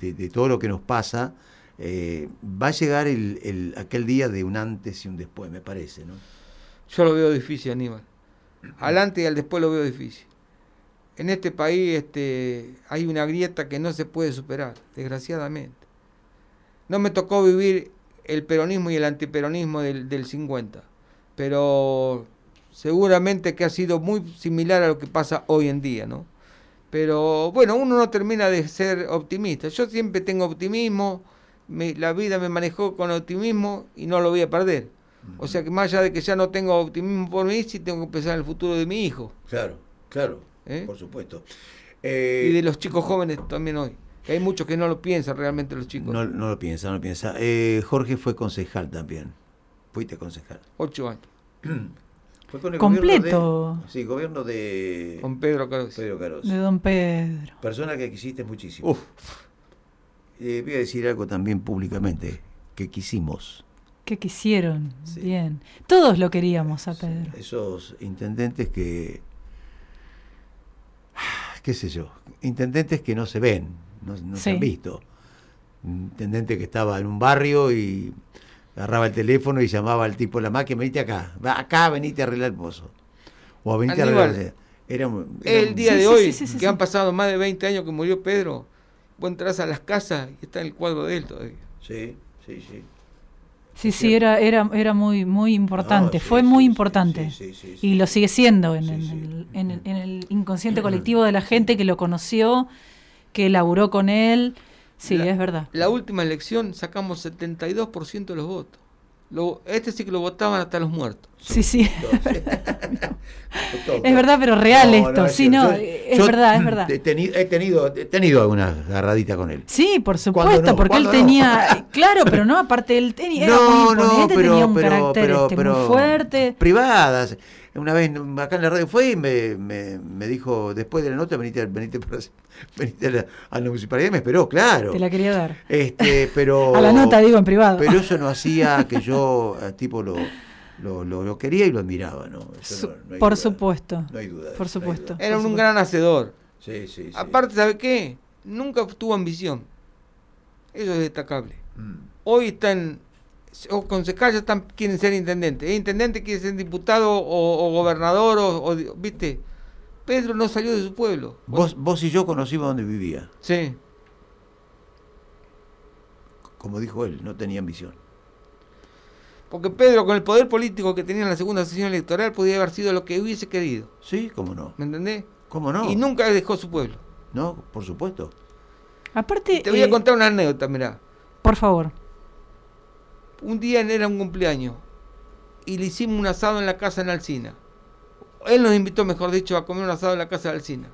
S1: de, de todo lo que nos pasa eh, va a llegar el, el- aquel día de un antes y un después, me parece, ¿no?
S4: Yo lo veo difícil, Aníbal. Al antes y al después lo veo difícil. En este país este, hay una grieta que no se puede superar, desgraciadamente. No me tocó vivir el peronismo y el antiperonismo del, del 50, pero seguramente que ha sido muy similar a lo que pasa hoy en día, ¿no? Pero bueno, uno no termina de ser optimista. Yo siempre tengo optimismo, me- la vida me manejó con optimismo y no lo voy a perder. O sea que más allá de que ya no tengo optimismo por mí, sí tengo que pensar en el futuro de mi hijo
S1: Claro, claro,
S4: ¿Eh?
S1: por supuesto. Eh,
S4: y de los chicos jóvenes también hoy. Que hay muchos que no lo piensan realmente los chicos.
S1: No, no lo piensa, no lo piensa. Eh, Jorge fue concejal también. Fuiste concejal.
S4: Ocho años,
S1: Fue con el
S2: Completo.
S1: Gobierno de, sí, gobierno de
S4: con Pedro Carlos.
S1: Eh, Pedro Caros.
S2: De Don Pedro.
S1: Persona que quisiste muchísimo.
S4: Uf,
S1: Eh, voy a decir algo también públicamente. Que quisimos.
S2: ¿Qué quisieron?
S1: Sí.
S2: Bien. Todos lo queríamos a Pedro.
S1: Esos intendentes que. ¿Qué sé yo? Intendentes que no se ven, no, no se
S2: Sí.
S1: han visto. Intendente que estaba en un barrio y agarraba el teléfono y llamaba al tipo de la máquina: venite acá, va acá, venite a arreglar el pozo. O venite a
S4: Aníbal,
S1: arreglar. Era un- era
S4: el
S1: un-
S4: día
S2: Sí,
S4: de
S2: sí,
S4: hoy,
S2: sí, sí, sí,
S4: que
S2: sí.
S4: han pasado más de 20 años que murió Pedro, vos entras a las casas y está en el cuadro de él todavía.
S1: Sí, sí, sí.
S2: Sí, sí, era, era, era muy, muy importante.
S1: No, sí,
S2: Fue
S1: sí,
S2: muy
S1: sí,
S2: importante.
S1: sí, sí, sí,
S2: Y lo sigue siendo en,
S1: Sí,
S2: en
S1: sí.
S2: el, en el- en el inconsciente colectivo de la gente que lo conoció, que laburó con él. Sí,
S4: La-
S2: es verdad.
S4: La última elección sacamos 72% de los votos. Lo- este sí que lo votaban hasta los muertos.
S2: Sí, sí.
S1: Todo.
S2: Es verdad, pero real esto.
S1: es
S2: Sí, no,
S1: cierto.
S2: es verdad, es verdad.
S1: He tenido, he tenido, he tenido algunas agarraditas con él.
S2: Sí, por supuesto,
S1: ¿Cuándo no?
S2: porque él
S1: ¿Cuándo no?
S2: tenía. Claro, pero no, aparte él tenía. era muy imponente, tenía un carácter este, muy fuerte.
S1: privadas. Una vez acá en la radio fue y me, me, me dijo, después de la nota, venite, al- venite, para- venite a, la, a la municipalidad, y me esperó, claro.
S2: Te la quería dar.
S1: Este, pero,
S2: A la nota, digo, en privado.
S1: Pero eso no hacía que yo, eh, tipo, lo, lo, lo- lo quería y lo admiraba, ¿no? Eso
S2: Su-
S1: no- no hay
S2: por
S1: duda.
S2: supuesto.
S1: No hay duda. de
S2: Por
S1: eso, no hay
S2: supuesto.
S1: duda.
S2: Ah, Por
S4: Era un
S2: supuesto.
S4: gran hacedor.
S1: Sí, sí, sí.
S4: Aparte, ¿sabe qué? Nunca tuvo ambición. Eso es destacable.
S1: Mm.
S4: Hoy están, o concejal ya están, quieren ser intendente. El intendente quiere ser diputado o, o gobernador, o, o di- ¿viste? Pedro no salió de su pueblo.
S1: Vos, vos y yo conocimos donde vivía.
S4: Sí.
S1: Como dijo él, no tenía ambición.
S4: Porque Pedro, con el poder político que tenía en la segunda sesión electoral, podía haber sido lo que hubiese querido.
S1: Sí, cómo no.
S4: ¿Me entendés?
S1: ¿Cómo no?
S4: Y nunca dejó su pueblo.
S1: No, por supuesto.
S2: Aparte,
S4: Te voy a
S2: eh,
S4: contar una anécdota, mirá.
S2: por favor.
S4: un día en- era un cumpleaños y le hicimos un asado en la casa en Alcina. Él nos invitó, mejor dicho, a comer un asado en la casa de Alcina.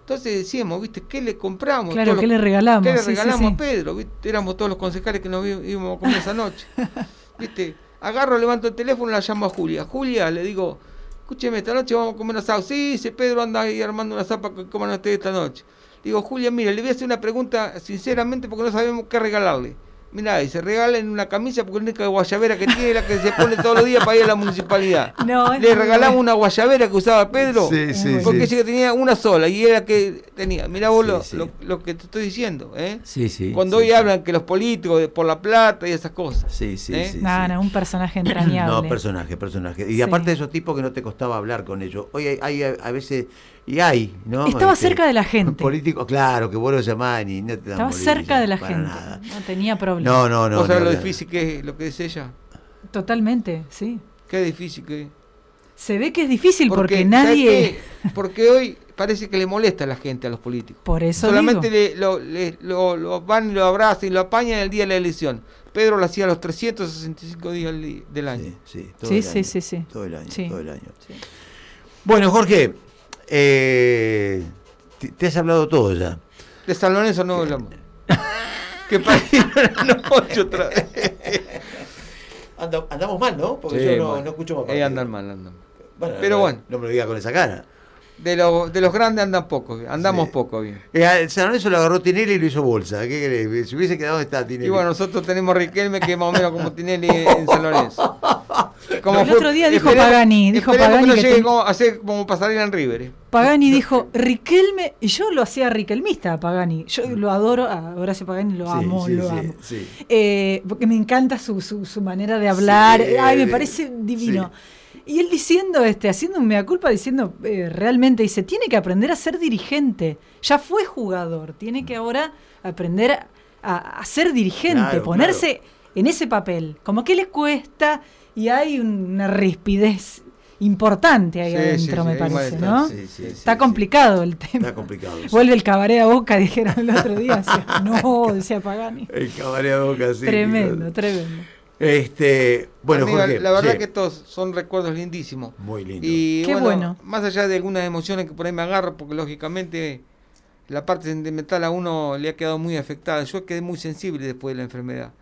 S4: Entonces decíamos, ¿viste? ¿Qué le compramos?
S2: Claro,
S4: Todos
S2: ¿qué
S4: los-
S2: le regalamos?
S4: ¿Qué le
S2: Sí, sí,
S4: regalamos
S2: sí.
S4: a Pedro? ¿viste? Éramos todos los concejales que nos í- íbamos a comer esa noche. ¿Viste? Agarro, levanto el teléfono, la llamo a Julia. Julia, le digo, escúcheme, esta noche vamos a comer asado. Sí, dice Pedro, anda ahí armando una zapa que coman ustedes esta noche. Digo, Julia, mire, le voy a hacer una pregunta sinceramente porque no sabemos qué regalarle. Mirá, dice, regalen una camisa porque es la única guayabera que tiene es la que se pone todos los días para ir a la municipalidad.
S2: No, es
S4: le
S2: muy
S4: regalamos
S2: bueno.
S4: una guayabera que usaba Pedro
S1: Sí, sí,
S4: porque
S1: sí.
S4: ella tenía una sola y era la que tenía. Mirá vos lo,
S1: Sí, sí.
S4: lo- lo que te estoy diciendo, ¿eh?
S1: Sí, sí.
S4: Cuando
S1: sí,
S4: hoy
S1: sí.
S4: hablan que los políticos de- por la plata y esas cosas.
S1: Sí, sí,
S4: ¿Eh?
S1: sí, sí.
S2: Nada, un personaje entrañable.
S1: No, personaje, personaje. Y
S2: Sí.
S1: aparte de esos tipos que no te costaba hablar con ellos. Hoy hay, hay a a veces, y hay, ¿no? Este,
S2: Estaba cerca de la gente.
S1: Políticos, claro, que vos lo llamás y no te dan
S2: Estaba
S1: bolilla,
S2: cerca de la
S1: para
S2: gente.
S1: nada.
S2: No tenía problema.
S1: No, no, no.
S4: ¿Vos
S1: ni
S4: sabés lo
S1: hablar.
S4: difícil que es lo que dice ella?
S2: Totalmente, sí.
S4: Qué difícil que es.
S2: Se ve que es difícil porque,
S4: ¿sabés
S2: nadie.
S4: qué? Porque hoy, parece que le molesta a la gente, a los políticos.
S2: Por eso
S4: Solamente
S2: digo.
S4: le- lo, le- lo- lo van y lo abrazan y lo apañan el día de la elección. Pedro lo hacía los 365 días del di- del año.
S1: Sí, sí, todo
S2: Sí,
S1: el
S2: sí,
S1: año,
S2: sí, sí.
S1: Todo el año,
S2: Sí.
S1: todo el año.
S2: Sí.
S1: Bueno, Jorge, eh, te, te has hablado todo ya.
S4: De San Lorenzo no hablamos. que perdieron la noche otra vez.
S1: Anda- andamos mal, ¿no? Porque
S4: Sí,
S1: yo no,
S4: mal.
S1: no escucho más.
S4: Ahí
S1: partidos.
S4: andan mal, andan mal.
S1: Bueno,
S4: Pero
S1: no-
S4: bueno.
S1: No me lo digas con esa cara.
S4: De, los de los grandes andan poco, bien. andamos
S1: Sí.
S4: poco bien.
S1: Eh, al San Lorenzo lo agarró Tinelli y lo hizo bolsa. ¿Qué querés? Eh, Si hubiese quedado está Tinelli.
S4: Y bueno, nosotros tenemos a Riquelme que es más o menos como Tinelli en San Lorenzo.
S2: El otro día dijo Pagani, dijo
S4: esperemos
S2: Pagani
S4: que no
S2: que
S4: llegue
S2: ten-
S4: como, a ser como pasarela en River. eh.
S2: Pagani dijo, Riquelme, y yo lo hacía Riquelmista a Pagani. Yo lo adoro, a Horacio Pagani lo
S1: Sí,
S2: amo,
S1: sí,
S2: lo
S1: sí,
S2: amo.
S1: sí.
S2: Eh, porque me encanta su, su- su manera de hablar.
S1: Sí,
S2: Ay, me
S1: de-
S2: parece divino. Y él diciendo, este, haciendo un mea culpa, diciendo eh, realmente, dice, tiene que aprender a ser dirigente. Ya fue jugador, tiene que ahora aprender a, a- a ser dirigente,
S1: Claro,
S2: ponerse en ese papel. Como que le cuesta y hay una rispidez importante ahí
S4: Sí, sí,
S2: adentro,
S4: sí,
S2: me
S4: hay
S2: parece,
S4: malestar,
S2: ¿no?
S1: Sí, sí,
S2: Está
S1: sí,
S2: complicado el
S1: sí.
S2: tema.
S1: Está complicado. sí.
S2: Vuelve el cabaret a boca, dijeron el otro día. O sea, no, decía Pagani.
S1: El cabaret a boca, sí.
S2: Tremendo, tremendo.
S1: Este, bueno,
S4: Amiga,
S1: Jorge,
S4: la verdad
S1: sí,
S4: que estos son recuerdos lindísimos.
S1: Muy lindo.
S4: Y
S2: Qué
S4: bueno,
S2: bueno.
S4: más allá de algunas emociones que por ahí me agarro, porque lógicamente la parte sentimental a uno le ha quedado muy afectada. Yo quedé muy sensible después de la enfermedad.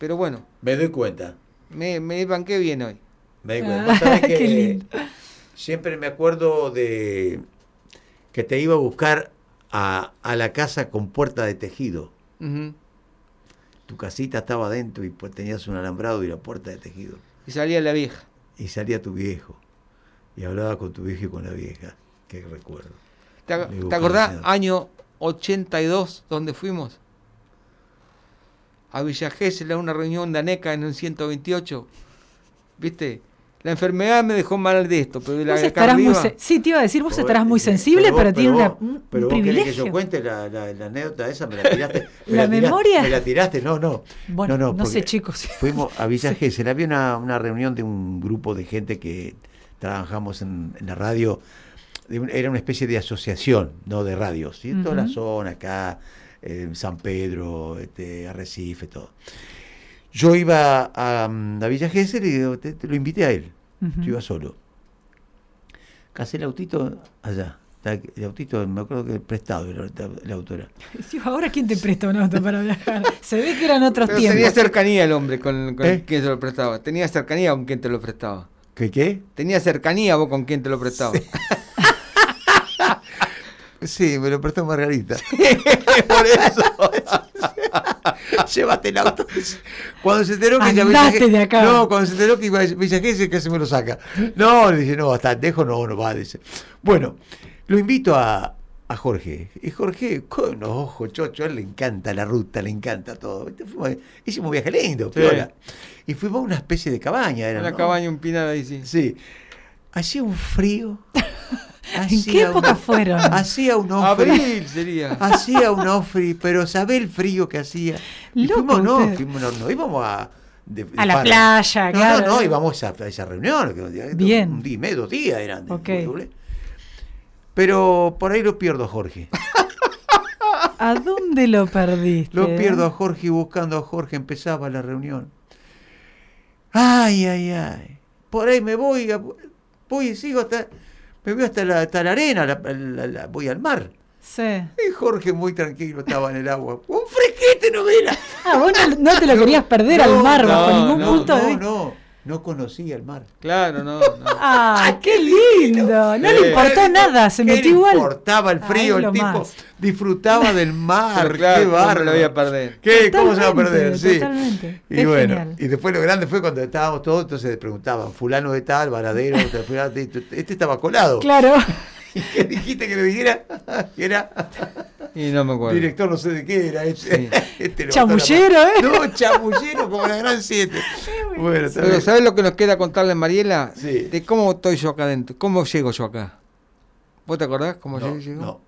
S4: Pero bueno,
S1: Me doy cuenta.
S4: me, me banqué bien hoy.
S1: Me doy
S2: Ah,
S1: cuenta. Vos sabés
S2: qué
S1: que
S2: lindo.
S1: Siempre me acuerdo de que te iba a buscar a, a la casa con puerta de tejido.
S4: Ujú.
S1: Tu casita estaba adentro y pues tenías un alambrado y la puerta de tejido.
S4: Y salía la vieja.
S1: Y salía tu viejo. Y hablaba con tu viejo y con la vieja. Qué recuerdo.
S4: ¿Te,
S1: Le
S4: ac-
S1: digo,
S4: te acordás?
S1: "Parece".
S4: Año 82, donde fuimos. A Villa Gesell, a una reunión de ANECA en un 128. ¿Viste? La enfermedad me dejó mal de esto, pero de la
S2: Vos
S4: de acá
S2: estarás muy
S4: arriba,
S2: sen- sí, te iba a decir, vos estarás muy
S1: eh,
S2: sensible, pero,
S1: vos-
S2: tiene una-
S1: vos-
S2: un,
S1: pero
S2: un
S1: vos querés que
S2: privilegio.
S1: yo cuente la, la- la anécdota esa, me la tiraste. me
S2: La
S1: la tiraste-
S2: memoria.
S1: Me la tiraste, no, no.
S2: Bueno, no, sé,
S1: porque-
S2: chicos.
S1: Fuimos a Villa Gesell. Había una, una reunión de un grupo de gente que trabajamos en, en la radio. De un- era una especie de asociación, ¿no? De radios. ¿sí? En toda la
S2: Ujú.
S1: zona, acá, en San Pedro, este, Arrecife, todo. Yo iba a, mm, a Villa Gesell y digo, te- te lo invité a él.
S2: Ujú.
S1: Yo iba solo. Casé el autito allá. Está- El autito, me acuerdo que prestado era la, la autora.
S2: Digo, Ahora, ¿quién te presta un auto para viajar? Se ve que eran otros
S4: Pero tenía
S2: tiempos.
S4: cercanía el hombre con, con
S1: ¿Eh?
S4: quien se lo prestaba. Tenía cercanía con quien te lo prestaba.
S1: ¿Qué qué?
S4: Tenía cercanía vos con quien te lo prestaba.
S1: Sí, me lo prestó Margarita. por eso. Llévate el auto. Cuando se enteró que
S2: Andate
S1: Gesell-
S2: de acá.
S1: No, cuando se enteró que iba a Villa Gesell, casi me lo saca. No, le dice, no, hasta dejo, no, no va, dice. Bueno, lo invito a, a Jorge. Y Jorge, con unos ojos chocho, a él le encanta la ruta, le encanta todo. Viste, fuimos- hicimos un viaje lindo, piola. Y fuimos a una especie de cabaña, era.
S4: Una cabaña empinada ahí, sí.
S1: Sí. Hacía un frío.
S2: ¿En qué
S1: Hacía un-
S2: época fueron?
S1: Hacía un frío.
S4: Abril sería.
S1: Hacía un ofri, pero sabe el frío que hacía. Y
S2: Loco
S1: fuimos, no,
S2: usted.
S1: fuimos, no, no íbamos a. de- de
S2: A la
S1: farra.
S2: playa,
S1: no,
S2: claro.
S1: No, no, íbamos a, a esa reunión. que-
S2: Bien.
S1: Un día y medio, dos días eran. de-
S2: Ok.
S1: doble. Pero por ahí lo pierdo a Jorge.
S2: ¿A dónde lo perdiste?
S1: Lo pierdo a Jorge y buscando a Jorge empezaba la reunión. Ay, ay, ay. Por ahí me voy, a- voy y sigo hasta. Me voy hasta la, hasta la arena, la- la- la- voy al mar.
S2: Sí.
S1: Y Jorge muy tranquilo estaba en el agua. ¡Un fresquete no vela!
S2: Ah, vos no, no te lo querías perder al mar,
S4: no,
S2: bajo ningún
S4: no,
S2: punto de
S1: no,
S2: vista.
S1: no, no conocía el mar.
S4: Claro, no, no.
S2: ¡Ah, qué lindo! No le
S4: Sí.
S2: importó nada, se
S1: ¿Qué
S2: metió
S1: le
S2: igual.
S1: importaba el frío,
S2: Ah, es
S1: el
S2: lo
S1: tipo
S2: más.
S1: disfrutaba del mar,
S4: Pero claro,
S1: qué
S4: ¿cómo lo
S1: bárbaro.
S4: voy a perder?
S1: ¿Qué? ¿Cómo se va a
S2: Totalmente,
S1: perder? Sí.
S2: totalmente.
S1: Y
S2: Es
S1: bueno,
S2: genial.
S1: y después lo grande fue cuando estábamos todos, entonces preguntaban, fulano de tal, varadero, otro de fulano de- este estaba colado.
S2: Claro.
S1: ¿Y qué dijiste que le dijera? Que era
S4: Y no me acuerdo.
S1: director no sé de qué era. Este, este lo
S2: Chamullero,
S1: mató la-
S2: ¿eh?
S1: No, chamullero como la gran siete. Bueno, está
S4: Pero
S1: bien.
S4: ¿sabes lo que nos queda contarle, Mariela?
S1: Sí.
S4: De cómo estoy yo acá adentro, cómo llego yo acá. ¿Vos te acordás cómo
S1: No,
S4: yo llego?
S1: no.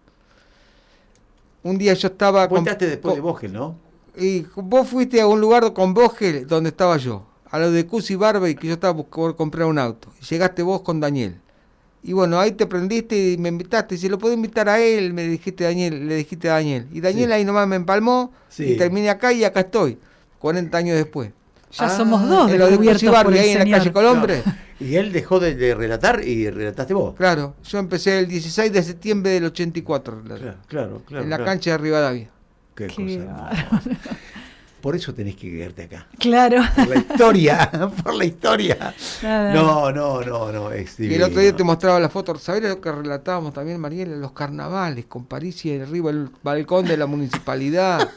S4: Un día yo estaba
S1: Vos
S4: con,
S1: entraste después de
S4: con-
S1: Vogel, ¿no?
S4: Y vos fuiste a un lugar con Vogel donde estaba yo, a lo de Cusi Barbey, que yo estaba buscando comprar un auto. Llegaste vos con Daniel. Y bueno, ahí te prendiste y me invitaste. Si lo puedo invitar a él, me dijiste Daniel, le dijiste a Daniel. Y Daniel
S1: Sí.
S4: ahí nomás me empalmó
S1: Sí.
S4: y terminé acá y acá estoy, 40 años después.
S2: Ya somos dos
S4: en los
S2: descubiertos
S4: Cusibarri,
S2: por el
S4: ahí en la
S2: señor.
S4: calle Colombre.
S1: Y él dejó de, de relatar y relataste vos.
S4: Claro, yo empecé el 16 de septiembre del 84,
S1: Claro, claro, claro,
S4: en la
S1: claro.
S4: cancha de Rivadavia.
S1: Qué
S2: Qué
S1: cosa hermosa. Por eso tenés que quedarte acá.
S2: Claro.
S1: Por la historia, por la historia.
S2: Nada.
S1: No, no, no, no. Es
S4: Y el otro día te
S1: divino.
S4: mostraba la foto. ¿Sabés lo que relatábamos también, Mariela? Los carnavales con París y arriba el balcón de la municipalidad.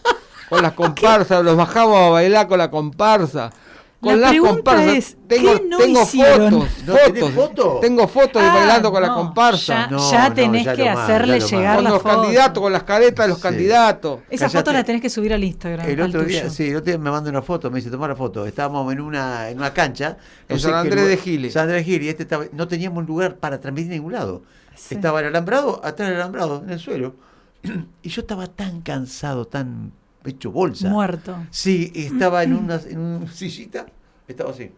S4: con las comparsas, los bajamos a bailar con la comparsa. Con
S2: La
S4: las
S2: pregunta
S4: comparsas.
S2: es,
S4: tengo
S2: ¿qué no
S4: tengo
S2: hicieron?
S4: fotos.
S1: ¿No tenés
S4: fotos
S1: foto?
S4: Tengo fotos de
S2: Ah,
S4: bailando con la
S2: no,
S4: comparsa.
S2: Ya,
S1: No,
S2: ya
S1: no,
S2: tenés
S1: ya
S2: que
S1: lo más, ya lo
S2: hacerle
S1: más.
S2: llegar
S4: con
S2: la
S4: los
S2: foto.
S4: candidatos, con las caretas de los
S1: Sí.
S4: candidatos.
S2: Esa
S1: Cállate.
S2: foto la tenés que subir al Instagram.
S1: El
S2: al
S1: otro día,
S2: tuyo.
S1: sí, el otro día me manda una foto, me dice, tomar la foto. Estábamos en una, en una cancha.
S4: En
S1: no sé
S4: San
S1: qué
S4: Andrés
S1: lugar-
S4: de Giles.
S1: San Andrés de Giles, y este estaba, no teníamos lugar para transmitir en ningún lado.
S2: Sí.
S1: Estaba el alambrado, atrás del alambrado, en el suelo. Y yo estaba tan cansado, tan hecho bolsa.
S2: Muerto.
S1: Sí, y estaba en una, en una sillita, estaba así.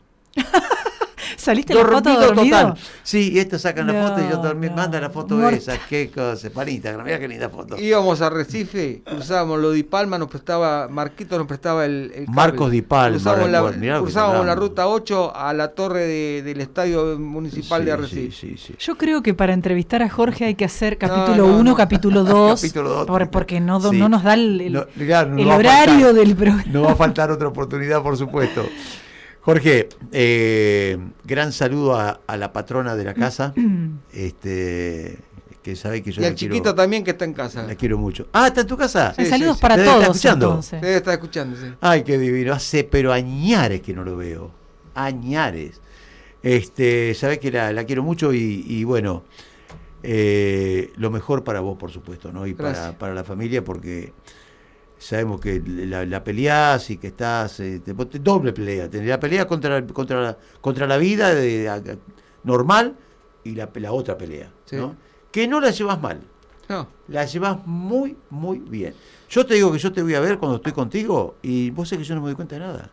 S2: ¿Saliste la foto dormido?
S1: Sí, y estos sacan la
S2: No,
S1: foto y yo dormí.
S2: no,
S1: Manda la foto
S2: muerta.
S1: esa, qué cosa. Para Instagram, mira qué linda foto.
S4: Íbamos a Recife, usábamos lo Di Palma, nos prestaba, Marquito nos prestaba el, el cable.
S1: Marcos Di Palma,
S4: Usábamos la,
S1: recuerdo, mirá lo que
S4: usábamos la
S1: hablamos.
S4: ruta 8 a la torre de- del estadio municipal de Recife.
S1: Sí, sí, sí.
S2: Yo creo que para entrevistar a Jorge hay que hacer capítulo
S4: No, no,
S2: 1,
S4: no.
S2: capítulo 2,
S1: Capítulo dos, capítulo-
S2: porque no, do-
S1: sí.
S2: no nos da el, el-
S1: No, mirá, no
S2: el
S1: va a
S2: horario
S1: faltar.
S2: del programa.
S1: No va a faltar otra oportunidad, por supuesto. Jorge, eh, gran saludo a, a la patrona de la casa, este, que sabe que yo
S4: Y
S1: la
S4: al
S1: quiero-
S4: chiquito también que está en casa.
S1: la quiero mucho. Ah, ¿está en tu casa?
S4: Sí,
S2: Saludos
S4: sí.
S2: para
S1: ¿Está
S2: todos
S1: escuchando?
S2: entonces.
S4: Debe estar escuchando, sí.
S1: Ay, qué divino. Hace pero añares que no lo veo. Añares. Este, sabés que la, la quiero mucho y, y bueno, eh, lo mejor para vos, por supuesto, ¿no? Y
S4: Gracias.
S1: para, para la familia, porque sabemos que la, la peleás y que estás. eh, te- vos te- doble pelea. Tenés la pelea contra, contra, la- contra la vida de- a- a- normal y la, la otra pelea,
S4: Sí.
S1: ¿no? Que no la llevas mal.
S4: No,
S1: La llevas muy, muy bien. Yo te digo que yo te voy a ver cuando estoy contigo y vos sé que yo no me doy cuenta de nada.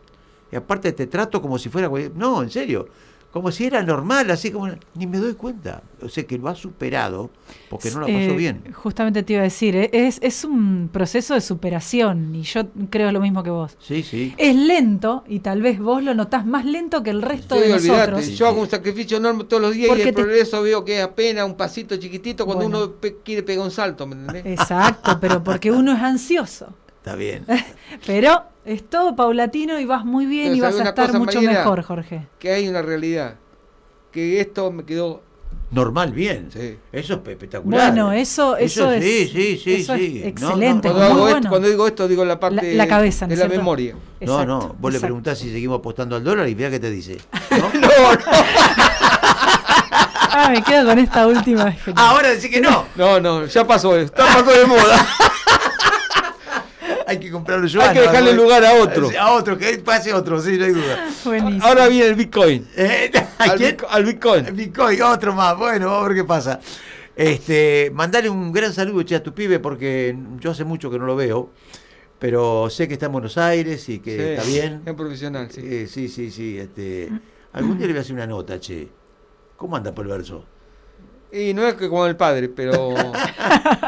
S1: Y aparte te trato como si fuera... cualquier- No, en serio. Como si era normal, así como... Ni me doy cuenta. O sea que lo has superado porque no la pasó
S2: Eh,
S1: bien.
S2: Justamente te iba a decir, eh, es, es un proceso de superación y yo creo lo mismo que vos.
S1: Sí, sí.
S2: Es lento y tal vez vos lo notás más lento que el resto
S4: Sí,
S2: de
S4: olvidate,
S2: nosotros.
S4: Yo hago un sacrificio enorme todos los días
S2: Porque
S4: y el
S2: te-
S4: progreso veo que es apenas un pasito chiquitito cuando
S2: Bueno. Eh.
S4: uno pe- quiere pegar un salto, ¿me entendés?
S2: Exacto, pero porque uno es ansioso.
S1: Está bien.
S2: Pero es todo paulatino y vas muy bien
S4: Pero
S2: y vas
S4: ¿sabe
S2: a
S4: una
S2: estar
S4: cosa,
S2: mucho
S4: Mariela?
S2: mejor, Jorge.
S4: Que hay una realidad. Que esto me quedó.
S1: Normal, bien.
S4: Sí.
S1: Eso es espectacular.
S2: Bueno, eso- eso
S1: sí,
S2: es-
S1: sí, sí,
S2: eso es
S1: sí. No, no,
S2: excelente,
S1: no,
S4: Cuando,
S2: muy
S4: hago
S2: bueno.
S4: esto, cuando digo esto, digo la parte
S2: La- la cabeza, ¿no
S4: de
S2: es
S4: la
S2: cierto?
S4: memoria.
S1: No,
S2: Exacto,
S1: no, vos le
S2: exacto.
S1: preguntás si seguimos apostando al dólar y mirá qué te dice. ¿no?
S2: Ah, me quedo con esta última. es genial.
S1: Ahora decís que no.
S4: No, no, ya pasó, está pasó de moda.
S1: Hay que comprarlo yo. ah,
S4: Hay que dejarle lugar a otro.
S1: A otro, que pase otro, sí, no hay duda.
S2: Buenísimo.
S4: Ahora viene el Bitcoin.
S1: Eh, ¿a
S4: Al,
S1: quién?
S4: Bitco- al Bitcoin.
S1: Bitcoin, otro más. Bueno, vamos a ver qué pasa. Este, mandale un gran saludo che, a tu pibe porque yo hace mucho que no lo veo, pero sé que está en Buenos Aires y que
S4: Sí,
S1: está bien.
S4: Es profesional, sí.
S1: Eh, sí, sí, sí. Este, algún día le voy a hacer una nota, che. ¿Cómo anda por el verso?
S4: Y no es que como el padre, pero,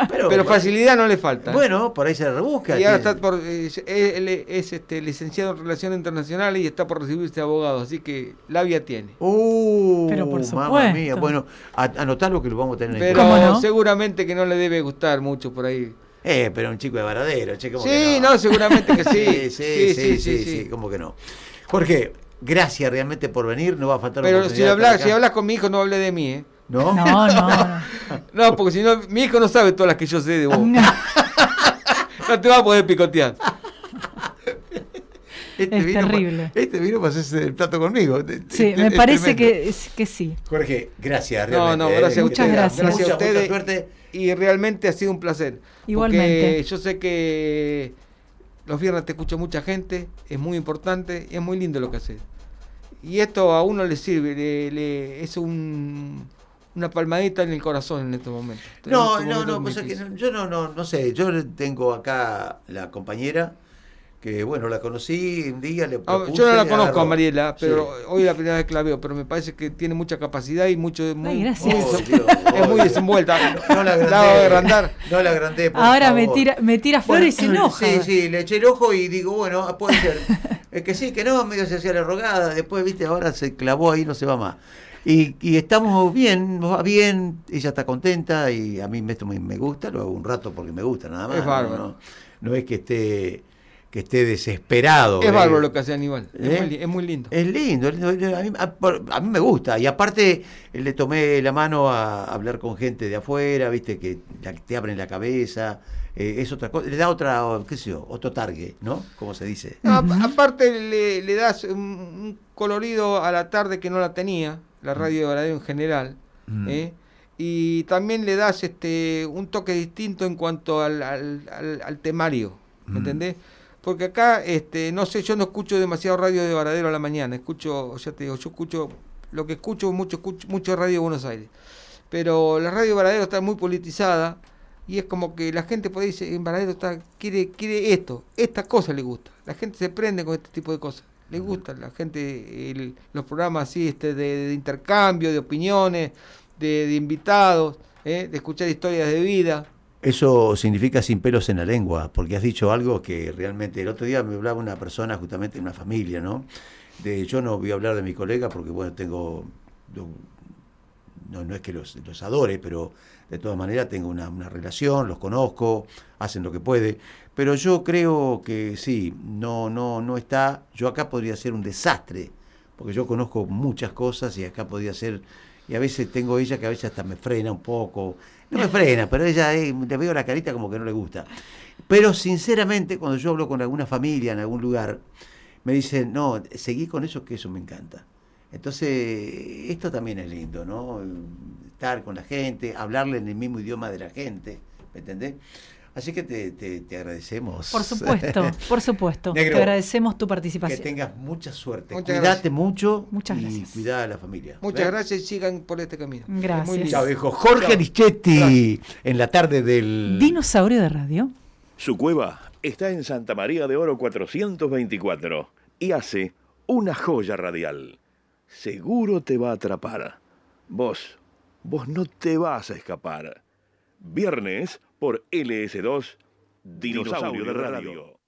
S1: Pero,
S4: pero facilidad no le falta.
S1: Bueno, por ahí se rebusca.
S4: y ahora
S1: tiene-
S4: está por, eh, él es este, licenciado en Relaciones Internacionales y está por recibirse de abogado, así que labia tiene.
S1: Uh,
S2: Pero por
S1: mamma mía.
S2: supuesto.
S1: Bueno, a- anotalo que lo vamos a tener en
S4: Pero
S1: cuenta.
S2: ¿Cómo no?
S4: seguramente que no le debe gustar mucho por ahí.
S1: Eh, pero un chico de varadero, che, ¿cómo
S4: Sí,
S1: que
S4: no? seguramente que
S1: Sí, sí,
S4: sí.
S1: sí, sí, sí, ¿cómo que no? Jorge, gracias realmente por venir, no va a faltar
S4: Pero
S1: oportunidad
S4: si
S1: de
S4: hablas,
S1: estar
S4: si
S1: acá.
S4: hablas con mi hijo, no hable de mí, ¿eh?
S1: ¿No?
S2: No, no,
S4: No, porque si no, mi hijo no sabe todas las que yo sé
S1: Oh,
S4: de vos.
S2: no.
S4: No te va a poder picotear.
S2: Es
S1: vino pa-
S2: terrible.
S1: este vino para hacerse el plato conmigo. Este,
S2: Sí,
S1: Es-
S2: me
S1: es
S2: parece
S1: tremendo.
S2: que, es- que sí.
S1: Jorge, gracias
S4: No,
S1: realmente.
S4: no,
S1: eh,
S4: gracias a
S1: que te-
S2: Muchas
S4: ustedes.
S2: gracias.
S4: a
S1: Mucha,
S4: ustedes.
S1: mucha suerte.
S4: Y realmente ha sido un placer.
S2: Igualmente.
S4: Porque yo sé que los viernes te escucha mucha gente, es muy importante, es muy lindo lo que haces. Y esto a uno le sirve, le, le- es un, una palmadita en el corazón en este momento. En
S1: No, no, pues
S4: este momento
S1: no,
S4: muy
S1: pues es que
S4: difícil.
S1: no- yo no, no, no sé, yo tengo acá la compañera que bueno, la conocí un día, le
S4: Ah,
S1: propuse,
S4: Yo no la conozco
S1: agarró.
S4: a Mariela, pero
S1: Sí.
S4: hoy la primera vez que la veo, pero me parece que tiene mucha capacidad y mucho... muy-
S2: gracias.
S4: muy-
S1: Oh, Dios,
S4: es
S1: oh,
S4: muy
S1: Dios.
S4: desenvuelta.
S1: No la agrandé.
S4: va a agrandar.
S1: No la agrandé, Eh, por
S2: Ahora me
S1: favor.
S2: tira, me tira
S1: Bueno,
S2: flores y se enoja.
S1: Sí, sí, le eché el ojo y digo, bueno, ah, puede ser. Es que sí, que no, medio se hacía la rogada, después, viste, ahora se clavó ahí, no se va más. Y, y estamos bien, nos va bien, ella está contenta y a mí esto me, me gusta, lo hago un rato porque me gusta, nada más.
S4: Es
S1: no-
S4: bárbaro.
S1: No, no es que esté, que esté desesperado.
S4: Es
S1: ¿eh?
S4: bárbaro lo que hace Aníbal.
S1: ¿Eh?
S4: Es, muy, li- es muy lindo.
S1: Es lindo, es lindo, a, mí, a- por- a mí me gusta. Y aparte eh, le tomé la mano a hablar con gente de afuera, viste, que la- te abren la cabeza, eh, es otra cosa, le da otra, o- qué sé yo, otro target, ¿no? Como se dice.
S4: No, ap- aparte le, le das un, un colorido a la tarde que no la tenía, la radio de radio en general.
S1: Mm.
S4: ¿eh? Y también le das este un toque distinto en cuanto al, al- al- al temario, ¿me
S1: Mm.
S4: entendés? Porque acá, este, no sé, yo no escucho demasiado radio de Varadero a la mañana, escucho, ya te digo, yo escucho, lo que escucho mucho, escucho mucho radio de Buenos Aires. Pero la radio de Varadero está muy politizada y es como que la gente puede decir, en Varadero está, quiere, quiere esto, esta cosa le gusta. La gente se prende con este tipo de cosas. Le gusta la gente, el- los programas así, este, de, de intercambio, de opiniones, de, de invitados, ¿eh? de escuchar historias de vida.
S1: Eso significa sin pelos en la lengua, porque has dicho algo que realmente el otro día me hablaba una persona justamente de una familia, ¿no? De yo no voy a hablar de mi colega porque bueno, tengo no, no- no es que los, los adore, pero de todas maneras tengo una, una relación, los conozco, hacen lo que puede, pero yo creo que sí, no no no está, yo acá podría ser un desastre, porque yo conozco muchas cosas y acá podría ser y a veces tengo ella que a veces hasta me frena un poco. No me frena, pero ella eh, le veo la carita como que no le gusta. Pero sinceramente, cuando yo hablo con alguna familia en algún lugar, me dicen, no, seguí con eso que eso me encanta. Entonces, esto también es lindo, ¿no? Estar con la gente, hablarle en el mismo idioma de la gente, ¿me entendés? Así que te, te- te agradecemos.
S2: Por supuesto, por supuesto.
S1: Negro.
S2: Te agradecemos tu
S1: que
S2: participación.
S1: tengas mucha suerte.
S4: Muchas
S1: Cuídate
S4: gracias.
S1: mucho
S2: Muchas
S1: y
S2: gracias.
S1: cuidá a la familia.
S4: Muchas
S1: ¿verdad?
S4: gracias y sigan por este camino. Es muy
S2: Gracias.
S4: lindo.
S1: Chao, viejo. Jorge
S4: Chao.
S1: Lichetti en la tarde del.
S2: Dinosaurio de radio.
S5: Su cueva está en Santa María de Oro 424 y hace una joya radial. Seguro te va a atrapar. Vos, vos no te vas a escapar. Viernes por LS2 Dinosaurio, de Radio.